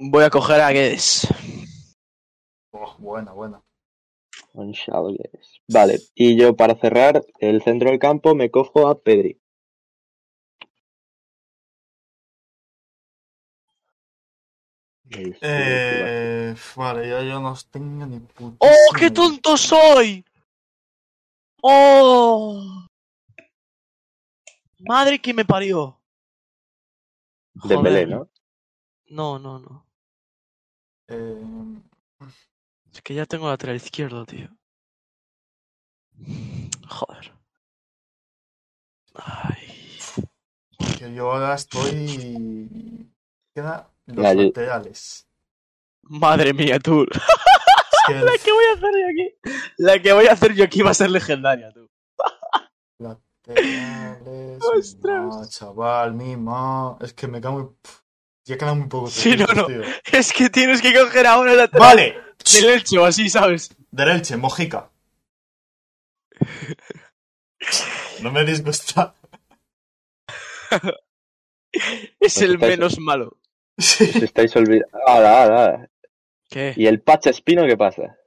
Voy a coger a Guedes. Oh, buena, buena. Con Shaw, yes. Vale, y yo para cerrar el centro del campo me cojo a Pedri. El Eh, vale, ya yo no tengo ni puta. ¡Oh, Mm. qué tonto soy! ¡Oh! Madre que me parió. de joder. Belé, ¿no? No, no, no. Eh, Es que ya tengo lateral izquierdo, tío. Joder. Ay. que yo ahora estoy. Queda los Vale. laterales. Madre mía, tú. Es que el La que voy a hacer yo aquí. La que voy a hacer yo aquí va a ser legendaria, tú. laterales. Ostras. mima, chaval, mima. Es que me cago en. Pff, Ya queda muy poco. Sí, no, tiempo, no. tío. Es que tienes que coger ahora el lateral Vale. del Elche o así, ¿sabes? Del Elche, Mojica. No me disgusta. Es el Perfecto. menos malo. Sí. Os estáis olvidando. Ala, ala, ala. ¿Qué? ¿Y el Pacha Espino qué pasa?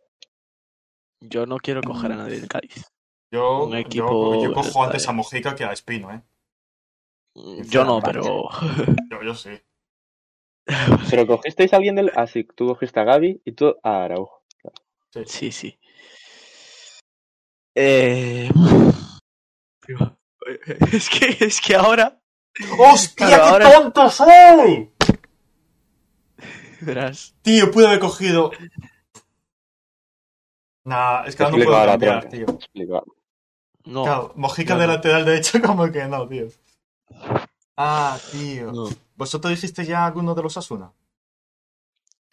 Yo no quiero coger a nadie del Cádiz. Yo, Un yo- equipo- yo cojo antes a Mojica que a Espino, ¿eh? Yo no, pero. Yo, yo sí. ¿Pero cogisteis a alguien del.? Ah, sí, tú cogiste a Gaby y tú a Araujo. Sí, sí. Eh... tío, Es que, es que ahora. ¡Hostia, qué Claro, ahora- tonto soy! Verás. Tío, pude haber cogido. Nah, es que ahora no puedo Explicado la cambiar, tronca. tío. Explicado. No. Claro, Mojica No, de no. lateral derecho, como que no, tío. Ah, tío. no. ¿Vosotros dijiste ya alguno de los Asuna?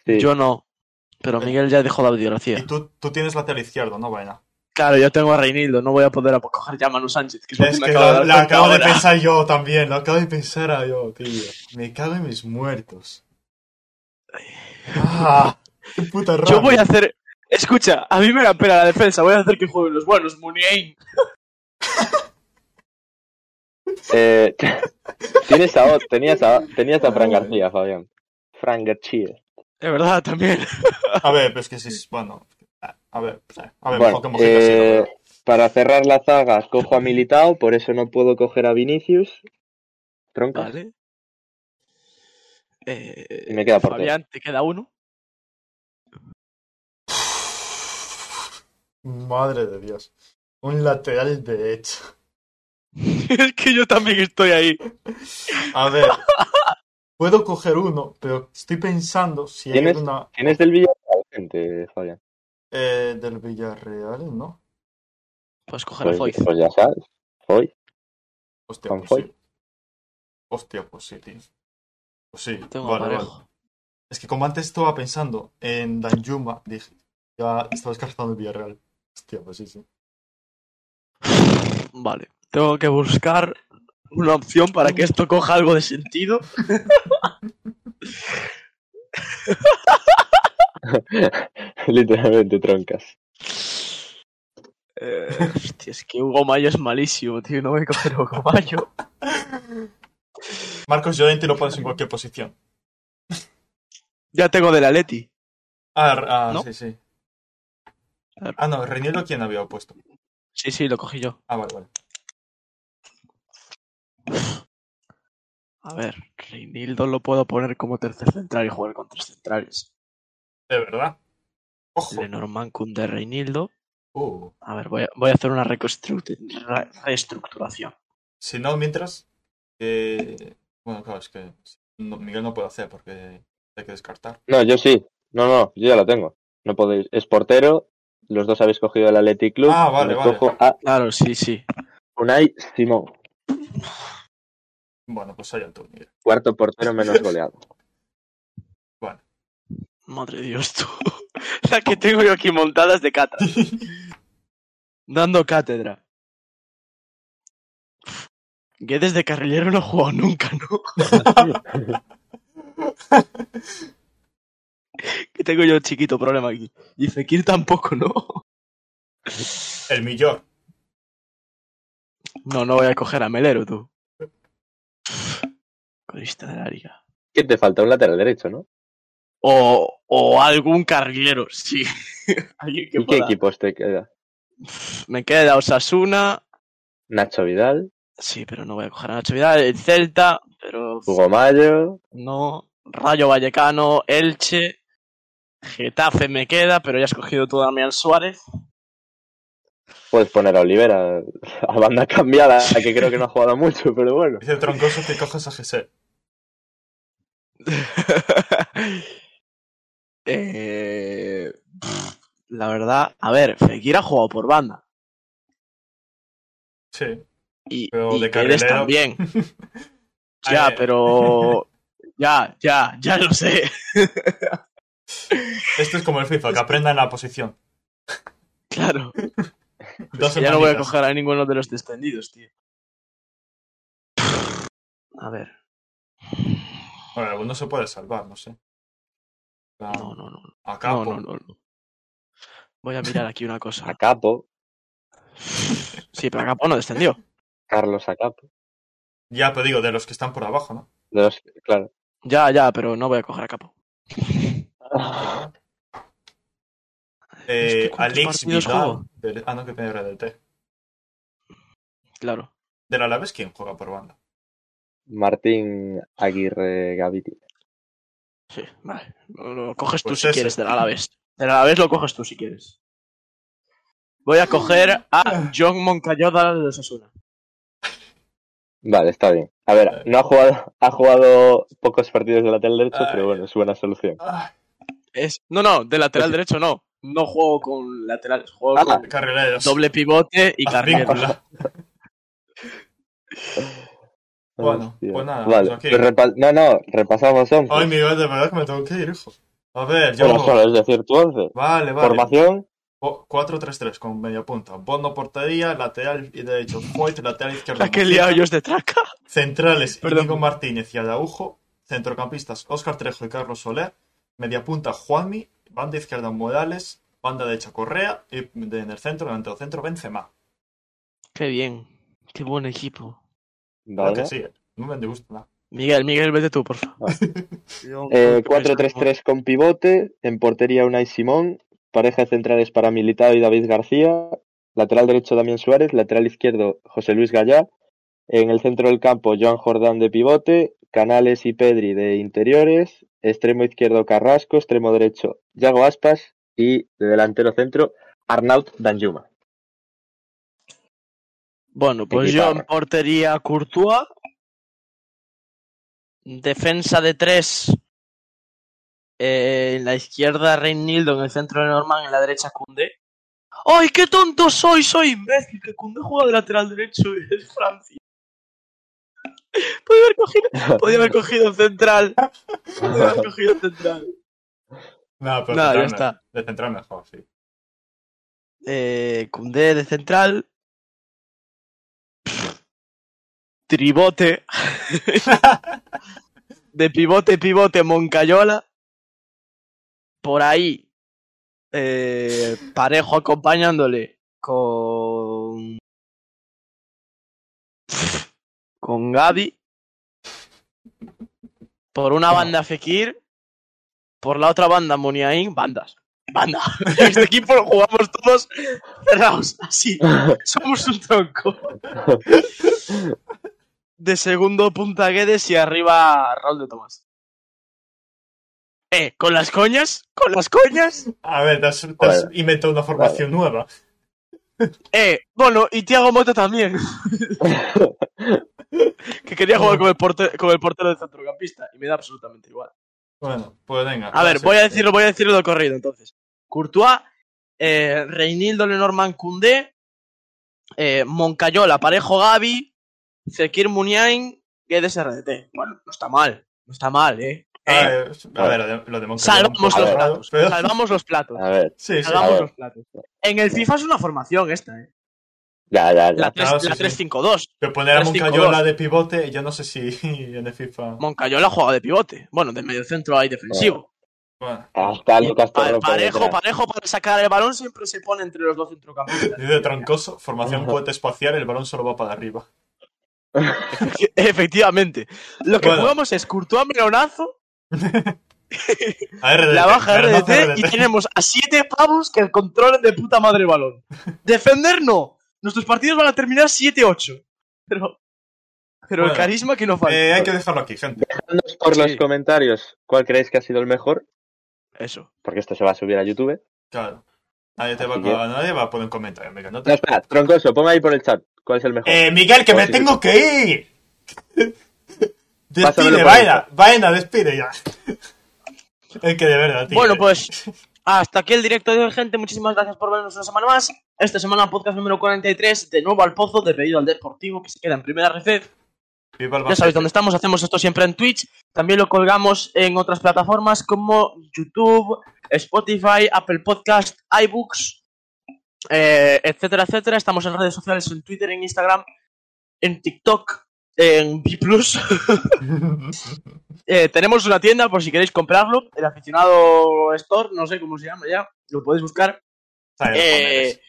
Sí. Yo no. Pero Miguel ya dejó la Y biografía. tú, tú tienes lateral izquierdo, ¿no, Vaina? Claro, yo tengo a Reinildo, no voy a poder a coger ya a Manu Sánchez, que es lo que Es me que acabo de la, dar la cuenta acabo de ahora. pensar yo también, la acabo de pensar a yo, tío. Me cago en mis muertos. Ah, qué puta rabia. Yo voy a hacer. Escucha, a mí me la pela la defensa, voy a hacer que jueguen los buenos, Muniain. Eh, tienes a, tenías, a, tenías a Fran García, Fabián. Fran García. De verdad, también. A ver, pero es que si es. Bueno. A a ver, pues, a ver, Bueno, mejor que Mojica sí, ¿no? eh, para cerrar la zaga, cojo a Militao, por eso no puedo coger a Vinicius. Tronca. Vale. Eh, Y me queda portero. Fabián, te queda uno. Madre de Dios. Un lateral derecho. es que yo también estoy ahí. A ver. Puedo coger uno, pero estoy pensando si hay ¿Tienes? una ¿Quién es del Villarreal, gente, Fabián? eh, del Villarreal, ¿no? Puedes coger a Pues, Foyth. pues ya sabes. Hoy. Hostia, ¿Juan pues Foy? sí. Hostia, pues sí, tío. Pues sí, Tengo vale, a vale. Parejo. Es que como antes estaba pensando en Danjuma, dije, ya estaba descartando el Villarreal. Hostia, pues sí, sí. Vale. Tengo que buscar una opción para que esto coja algo de sentido. Literalmente troncas. Eh, hostia, es que Hugo Mayo es malísimo, tío. No voy a coger a Hugo Mayo. Marcos Llorente lo pones en cualquier posición. Ya tengo del Atleti. Ah, r- ah, ¿No? sí, sí. Claro. Ah, no, Reniero, ¿quién había puesto? Sí, sí, lo cogí yo. Ah, vale, vale. A ver, Reinildo lo puedo poner como tercer central y jugar con tres centrales. De verdad. Ojo. Lenormand, Kunde, Reinildo. Uh. A ver, voy a, voy a hacer una reconstru- re- reestructuración. Si no, mientras. eh, Bueno, claro, es que no- Miguel no puede hacer porque hay que descartar. No, yo sí. No, no, yo ya la tengo. No podéis. Es portero. Los dos habéis cogido el Athletic Club. Ah, vale, Me vale. cojo a Claro, sí, sí. Unai Simón. Bueno, pues allá tú, Miguel. Cuarto portero menos goleado. Madre de Dios, tú. La que tengo yo aquí montada es de cátedra. Dando cátedra. Guedes de carrilero no he jugado nunca, ¿no? que tengo yo chiquito problema aquí. Y Fekir tampoco, ¿no? El millón. No, no voy a coger a Melero, tú. Corista de la liga. ¿Qué te falta? Un lateral derecho, ¿no? O, o algún carrilero, sí. Alguien que ¿Y qué pueda. equipos te queda? Me queda Osasuna. Nacho Vidal, Sí, pero no voy a coger a Nacho Vidal. El Celta, pero Hugo Mayo, no. Rayo Vallecano, Elche. Getafe me queda, pero ya has cogido tú a Damián Suárez. puedes poner a Olivera a banda cambiada, a que creo que no ha jugado mucho, pero bueno. Dice Troncoso que cojas a Gesell. Eh, pff, la verdad, a ver, Fekir ha jugado por banda. Sí. Y, Pero y de Guedes carrilero. también. ya, Eh. pero. Ya, ya, ya lo sé. Esto es como el FIFA, que aprendan la posición. Claro. Dos ya no voy a semanitas. coger a ninguno de los descendidos, tío. A ver. Bueno, alguno se puede salvar, no sé. La- No, no, no. a Capo. No, no, no. no. Voy a mirar aquí una cosa. A Capo, Sí, pero Capo no descendió. Carlos A Capo. Ya, pero digo, de los que están por abajo, ¿no? De los, claro. Ya, ya, pero no voy a coger a Capo. Eh, que ¿cuántos Alix partidos Eh, Vidal. jugó? del- ah, no, que tiene RDT. Claro. Del Alavés, ¿quién juega por banda? Martín Aguirre Gaviti. Sí, vale. Lo, lo coges tú Pues si ese. quieres, del Alavés. Del Alavés lo coges tú si quieres. Voy a coger a John Moncayoda de Osasuna. Vale, está bien. A ver, no ha jugado, ha jugado pocos partidos de lateral derecho, Ay. pero bueno, es buena solución. Ah, Es... No, no, de lateral derecho no. No juego con laterales, juego Ah, con carrileros. doble pivote y carrilero. Advíncula. Bueno, Hostia. pues nada, Vale, pues aquí- pues repa- no, no, repasamos once. Ay, Miguel, de verdad que me tengo que ir, hijo. A ver, yo. Bueno, solo, es decir, tu once. Vale, vale. Formación, O- 4-3-3 con media punta. Bono portería, lateral y derecho Foyt, lateral izquierdo. La que he Mujica. Ah, liado yo es de traca. Centrales, Perdón. Íñigo Martínez y Araujo. Centrocampistas, Óscar Trejo y Carlos Soler. Mediapunta, Juanmi. Banda izquierda, Morales. Banda derecha, Correa. Y de- en el centro, delantero centro, Benzema. Qué bien. Qué buen equipo. Claro vale. que sí, eh. no me gusta nada. Miguel, Miguel, vete tú, por favor. Eh, 4-3-3 con pivote, en portería Unai Simón, pareja de centrales para Militao y David García, lateral derecho Damián Suárez, lateral izquierdo José Luis Gallá, en el centro del campo Joan Jordán de pivote, Canales y Pedri de interiores, extremo izquierdo Carrasco, extremo derecho Yago Aspas y de delantero centro Arnaut Danjuma. Bueno, pues yo en Equiparra. portería Courtois. Defensa de tres. eh, en la izquierda Reinildo, en el centro de Norman, en la derecha Cundé. ¡Ay, qué tonto soy! Soy imbécil, que Cundé juega de lateral derecho y es Francia. Podía haber cogido, podía haber cogido central. Podía haber cogido central. Nada, pero Nada, ya central está. me- De central mejor, sí. Eh, Cundé de central. Tribote. de pivote, pivote, Moncayola. Por ahí. eh, parejo acompañándole con. Con Gaby. Por una banda Fekir. Por la otra banda Muniain. Bandas. Banda. Este equipo lo jugamos todos cerrados. Así. Somos un tronco. De segundo punta Guedes y arriba Raúl de Tomás. Eh, con las coñas, con las coñas. A ver, te has, te has Vale. inventado una formación nueva. Eh, bueno, y Tiago Mota también, que quería jugar con el, porte- con el portero de centrocampista y me da absolutamente igual. Bueno, pues venga. A ver, sí. voy a decirlo, voy a decirlo de corrido entonces. Courtois, eh, Reinildo Lenormand Cundé, eh, Moncayola, Parejo Gavi, Fekir Muniain, Guedes RDT. Bueno, no está mal, no está mal, eh. A Eh, ver, Ah, a ver, lo de, lo de Moncloa era un salvamos poco los raro, platos, pero- salvamos los platos, A ver, Sí, sí. salvamos ver. los platos. En el FIFA es una formación esta, eh. ya, ya, ya. La tres- Claro, sí, la sí. 3-5-2. Pero poner a 3-5-2. Moncayola de pivote, yo no sé si en el FIFA. Moncayola juega de pivote. Bueno, de medio centro hay defensivo. Bueno, Hasta Lucas Pa- Torro por parejo, detrás. parejo para sacar el balón siempre se pone entre los dos centrocampistas. dice Troncoso, formación cohete espacial, el balón solo va para arriba. Efectivamente. Lo que Bueno. jugamos es Courtois Melonazo, A RDT, la baja Bernaza RDT y RDT. tenemos a siete pavos que controlan de puta madre el balón. Defender no. Nuestros partidos van a terminar 7-8. Pero, pero Bueno. el carisma que nos falta. Eh, hay que dejarlo aquí, gente. Dejadnos por los Sí. comentarios cuál creéis que ha sido el mejor, Eso. porque esto se va a subir a YouTube. Claro. Nadie te va Así que- a, nadie va a poner comentarios. venga, no te- No, espera, troncoso, ponme ahí por el chat cuál es el mejor. Eh, Miguel, que Oh, me sí, tengo que ir. Despide, Pásamelo por vaina, vaina, despide ya. Es que de verdad, tío. Bueno, pues hasta aquí el directo de hoy, gente. Muchísimas gracias por vernos una semana más. Esta semana, podcast número 43. De nuevo al pozo, de pedido al Deportivo, que se queda en primera red. Viva el Ya Barça. sabéis dónde estamos, hacemos esto siempre en Twitch. También lo colgamos en otras plataformas como YouTube, Spotify, Apple Podcast, iBooks, eh, etcétera, etcétera. Estamos en redes sociales, en Twitter, en Instagram, en TikTok, en B+. Eh, tenemos una tienda por si queréis comprarlo. El aficionado Store, no sé cómo se llama ya, lo podéis buscar. Sabe los Eh, paneles.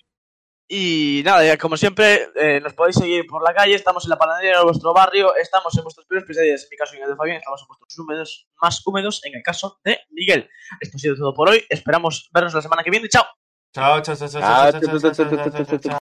y nada, ya como siempre, eh, nos podéis seguir por la calle, estamos en la panadería de vuestro barrio, estamos en vuestros peores pesadillas, en mi caso en el de Fabián, estamos en vuestros húmedos, más húmedos en el caso de Miguel. Esto ha sido todo por hoy, esperamos vernos la semana que viene, chao. Chao, chao, chao, chao, Ah, chao, chao, chao, chao, chao, chao, chao, chao.